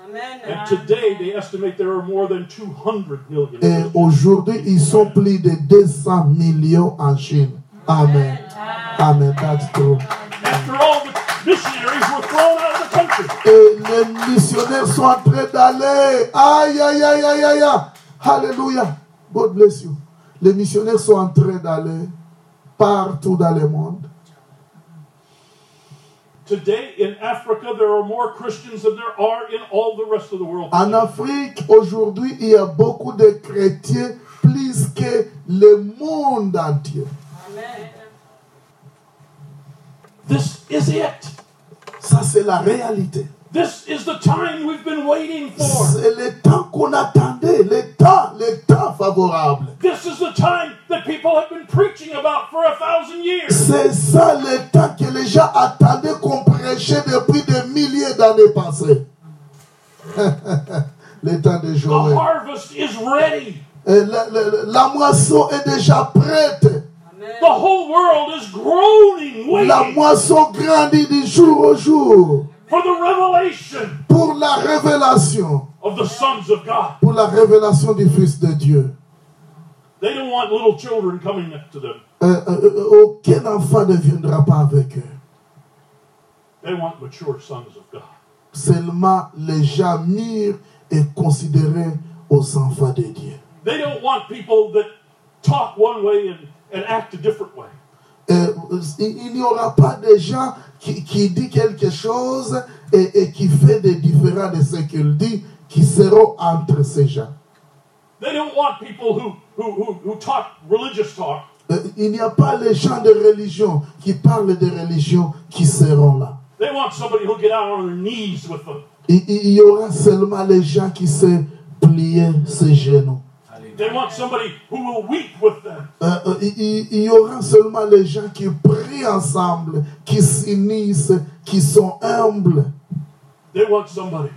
Amen. And today they estimate there are more than 200 million. Et Christians. aujourd'hui, ils sont plus de 200 millions en Chine. Amen. Amen. That's true. After all the missionaries were thrown out of the country. Et les missionnaires sont en train d'aller. Aïe, aïe, aïe, aïe, aïe, aïe. Alléluia. God bless you. Les missionnaires sont en train d'aller partout dans le monde. Today in Africa there are more Christians than there are in all the rest of the world. En Afrique, aujourd'hui, il y a beaucoup de chrétiens plus que le monde entier. Amen. This is it. Ça, c'est la réalité. This is the time we've been waiting for. C'est le temps qu'on attendait, le temps, le temps favorable. This is the time that people have been preaching about for a thousand years. C'est ça le temps que les gens attendaient qu'on prêchait depuis des milliers d'années passées. le temps de The Joël. harvest is ready. Et La, la- la moisson est déjà prête. The whole world is groaning, La waiting moisson grandit du jour au jour for the revelation pour la révélation, of the sons of God. pour la révélation du Fils de Dieu. They don't want little children coming up to them. Euh, euh, euh, aucun enfant ne viendra pas avec eux. They want mature sons of God. Seulement les gens mirent et considérés aux enfants de Dieu. They don't want people that talk one way and, and act a different way. Euh, il il n'y aura pas de gens qui, qui dit quelque chose et, et qui fait des différents de ce qu'il dit, qui seront entre ces gens. They don't want people who, who, who, who talk religious talk Euh, Il n'y a pas les gens de religion qui parlent de religion qui seront là. They want somebody who'll get out on their knees with them. Il- Il il y aura seulement les gens qui se plier ses genoux. They want somebody who will weep with them. Euh, euh, il- il il y aura seulement les gens qui prient ensemble, qui s'unissent, qui sont humbles. They want somebody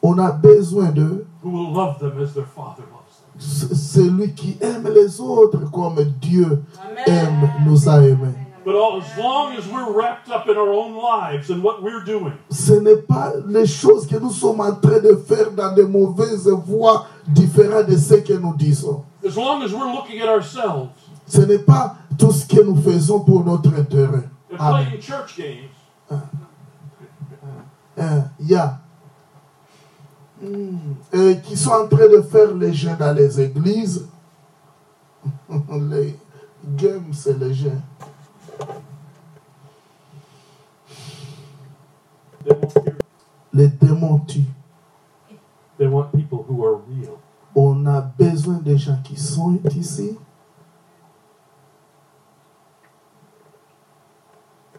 On a besoin de who will love them as their father loves them. c- celui qui aime les autres comme Dieu Amen. aime, nous a aimés. But all, as long as we're wrapped up in our own lives and what we're doing, Ce n'est pas les choses que nous sommes en train de faire dans de mauvaises voies différentes de ce que nous disons. as long as we're looking at ourselves Ce n'est pas tout ce que nous faisons pour notre intérêt. and Amen. playing church games, Hein, Il y a hmm, euh, qui sont en train de faire les gens dans les églises. les games, c'est les gens. they won't hear. Les démons tuent. They want people who are real. On a besoin des gens qui sont ici.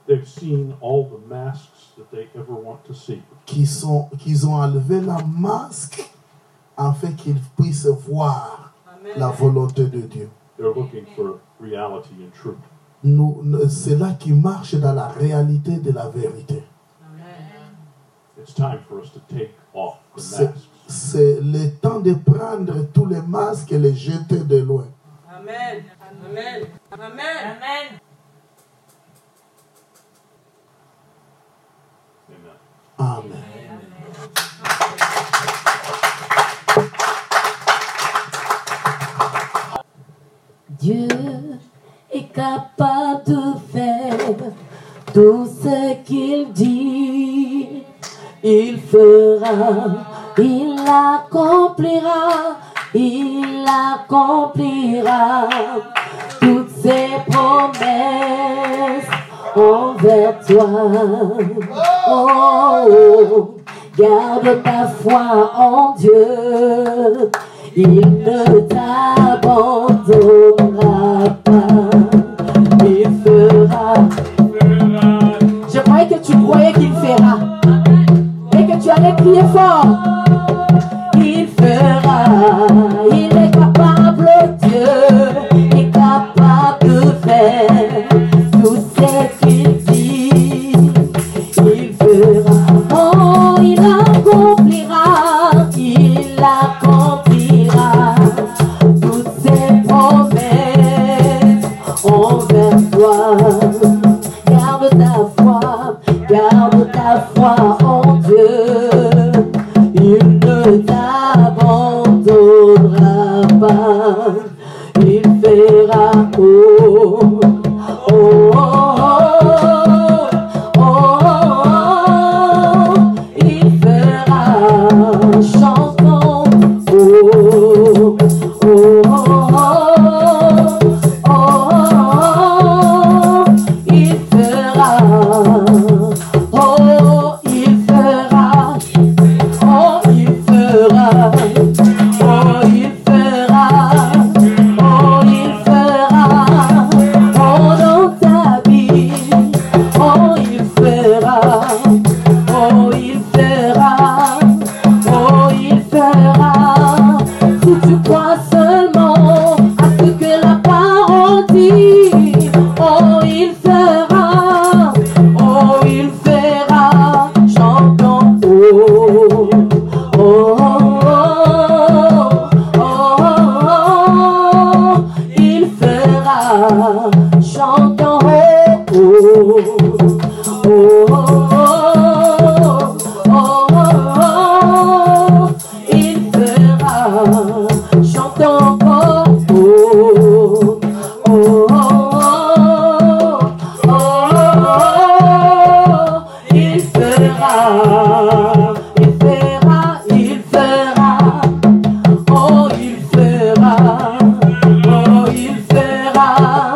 They've seen all the masks that they ever want to see. qui, sont, qui ont enlevé la masque afin qu'ils puissent voir la volonté de Dieu. They're looking for reality and truth. Nous, nous- c'est là qui marche dans la réalité de la vérité. It's time for us to take off the C'est, masks. c'est le temps de prendre tous les masques et les jeter de loin. Amen. Amen. Amen. Amen. Amen. Amen. Dieu est capable de faire tout ce qu'il dit. Il fera, il accomplira, il accomplira toutes ses promesses envers toi. Oh, oh, garde ta foi en Dieu, il ne t'abandonnera pas, il fera. Je croyais que tu croyais qu'il fera, et que tu allais crier fort. Il fera, il est capable, Dieu est capable de faire tout ce qu'il dit. Il fera, oh, il accomplira, il accomplira toutes ses promesses envers toi. Garde ta foi, garde ta foi en Dieu. Il ne t'abandonnera pas. Il fera oh, oh, oh, oh, oh, il fera chanson. Oh, oh, oh, oh, oh, il fera. Oh, il fera. Oh, il fera. Oh, il fera. Oh, il fera. Oh, dans ta vie. Oh, il fera. Oh, il fera. Oh, il fera. Si tu crois seulement à ce que la parole dit. Oh, il fera. Oh, il fera. J'entends. Oh, oh, oh, oh, oh, oh, oh, il fera. J'entends. Oh, oh, oh, oh, oh, oh, oh, il fera. J'entends. Oh, oh, oh, oh, oh, oh, il fera, il fera, il fera, oh il fera, oh il fera, Oh, Oh, Oh, oh,